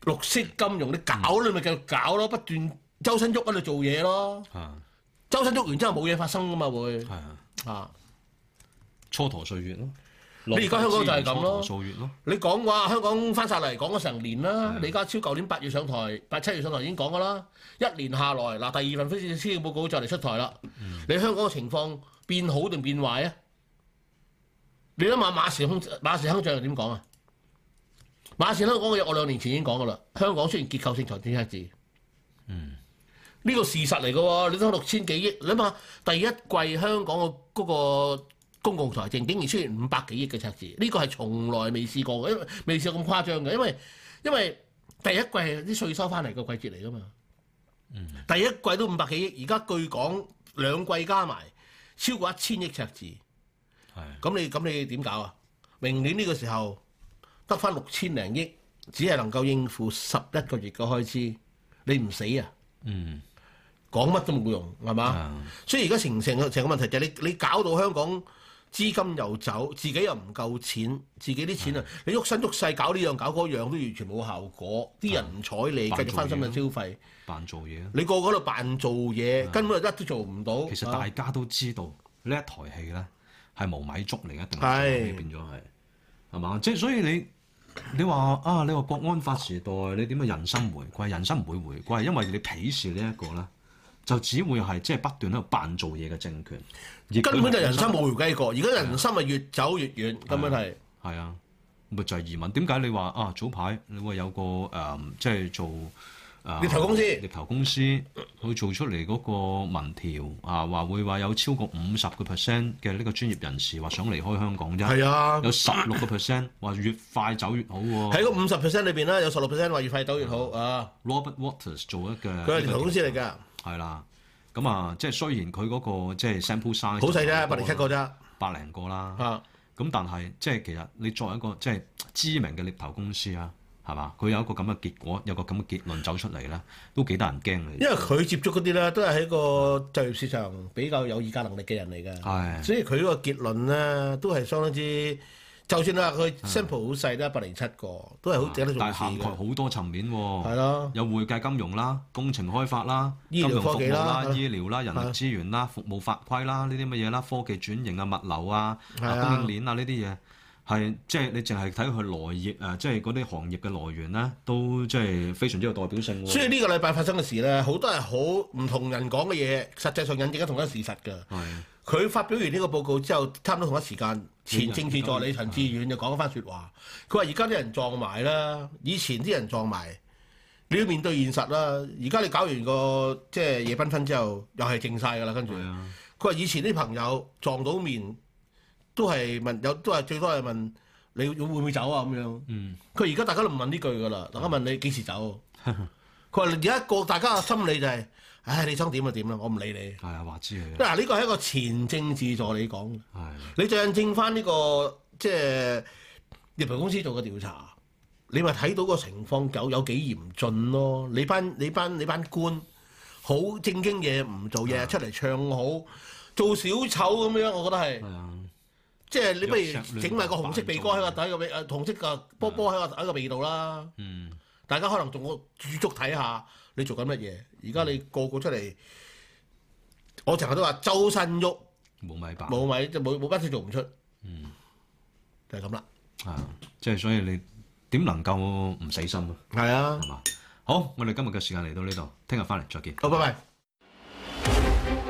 B: 綠色金融你搞你咪繼續搞咯，不斷周身喐喺度做嘢咯，
A: 啊
B: 周身喐完之後冇嘢發生噶嘛會
A: 係啊，
B: 啊！
A: 蹉跎歲月咯。
B: 你而家香港就係咁咯
A: 浪費資源蹉跎歲月咯。
B: 你講話香港翻晒嚟講咗成年啦，李家超舊年八月上台，八七月上台已經講噶啦，一年下來嗱，第二份非常施政報告就嚟出台啦。你香港嘅情況變好定變壞啊？你諗下馬時亨馬時亨長又點講啊？馬時亨講嘅嘢，我兩年前已經講噶啦。香港出現結構性財政赤字，
A: 嗯
B: 呢個事實嚟嘅喎，你睇六千幾億，你諗下第一季香港嘅嗰個公共財政竟然出現五百幾億嘅赤字，呢個係從來未試過嘅，因為未試過咁誇張嘅，因為因為第一季係啲税收翻嚟嘅季節嚟㗎嘛，第一季都五百幾億，而家據講兩季加埋超過一千億赤字，
A: 係
B: 咁你咁你點搞啊？明年呢個時候得翻六千零億，只係能夠應付十一個月嘅開支，你唔死啊？
A: 嗯
B: 講乜都冇用，係嘛？
A: 啊
B: 所以而家成成個成個問題就係你你搞到香港資金又走，自己又唔夠錢，自己啲錢啊，你喐身喐勢搞呢樣搞嗰樣都完全冇效果，啲人唔睬你，繼
A: 扮
B: 續
A: 做
B: 翻深
A: 嘢
B: 圳消費，
A: 扮做嘢咯。
B: 你個個喺度扮做嘢，根本就一都做唔到。
A: 啊其實
B: 啊
A: 大家都知道呢一台戲咧係無米粥嚟嘅，一定
B: 係
A: 係變咗係係嘛？即係所以你你話啊，你話國安法時代你點樣人心回歸？人心唔會回歸，因為你鄙視呢一個咧，就只會係即係不斷喺度扮做嘢嘅政權，而
B: 根本就人生
A: 心
B: 冇回歸過，而家人心係越走越遠，根本係
A: 係啊，咪就係移民。點解你話啊？早排你話有個誒、嗯即係做誒、
B: 獵頭公司
A: 獵頭公司佢做出嚟嗰個民調啊，話會話有超過五十個 percent 嘅呢個專業人士話想離開香港啫，
B: 係啊，
A: 有十六個 percent 話越快走越好喎。
B: 喺個五十 percent 裏邊啦，有十六 percent 話越快走越好啊，
A: Robert Waters 做一嘅呢個
B: 佢係投公司嚟㗎，
A: 係啦，咁啊，即係雖然佢嗰、個即係 sample size
B: 好細啫，
A: 就
B: 百零七個啫
A: 百零個啦。
B: 啊，
A: 咁但係即係其實你作為一個即係知名嘅獵頭公司啊，係嘛？佢有一個咁嘅結果，有個咁嘅結論走出嚟咧，都幾得人驚你。
B: 因為佢接觸嗰啲咧都係喺個就業市場比較有議價能力嘅人嚟㗎。
A: 係
B: 所以佢嗰個結論咧，都係相當之就算你話啊佢 sample 好細得一百零七個，都係好值得重
A: 嗯啊但係
B: 視
A: 涵
B: 嘅。
A: 蓋好多層面
B: 係
A: 喎。
B: 咯，
A: 有會計金融啦、工程開發啦、
B: 醫療
A: 金融服務
B: 科技啦
A: 醫療啦、人力資源啦、服務法規啦，呢啲乜嘢啦、科技轉型啊、物流啊、
B: 係
A: 啊
B: 啊
A: 供應鏈啊呢啲嘢，係即係你淨係睇佢來業誒，即係嗰啲行業嘅來源咧，都即係非常之有代表性喎。
B: 所以呢個禮拜發生嘅事咧，好多係好唔同人講嘅嘢，實際上印證緊同一事實㗎。
A: 係
B: 佢發表完呢個報告之後，差唔多同一時間，前政治助理陳志遠就講翻説話，佢話而家啲人撞埋啦，以前啲人撞埋，你要面對現實啦。而家你搞完個即係夜繽紛之後，又係靜晒㗎啦，跟住
A: 係。啊，
B: 佢話以前啲朋友撞到面都係問有都係最多係問你會唔會走啊咁樣。
A: 嗯，
B: 佢而家大家都唔問呢句㗎啦，大家問你幾時走。佢話而家個大家嘅心理就係、唉你想點就點啦，我唔理你。
A: 係啊，話知佢啊
B: 嗱呢個係一個前政治助理講嘅，
A: 係啊
B: 你就印證翻呢、個即係獵頭公司做嘅調查，你咪睇到個情況有有幾嚴峻咯。你班你班你班官好正經嘢唔做嘢，出嚟唱好。做小丑咁樣，我覺得係，
A: 係啊，
B: 即係你不
A: 玉石亂
B: 如整埋個
A: 投
B: 紅色鼻哥喺個底個鼻，誒紅色嘅波波喺個喺個鼻度啦。
A: 嗯。
B: 大家可能仲我駐足睇下你做緊乜嘢。而家你個個出嚟，我成日都話周身喐，
A: 冇米白，
B: 冇米就冇冇乜嘢做唔出。嗯就係咁啦。
A: 啊，即係所以你點能夠唔死心啊？
B: 係啊，
A: 係嘛？好，我哋今日嘅時間嚟到呢度，聽日翻嚟再見。
B: 好，拜拜。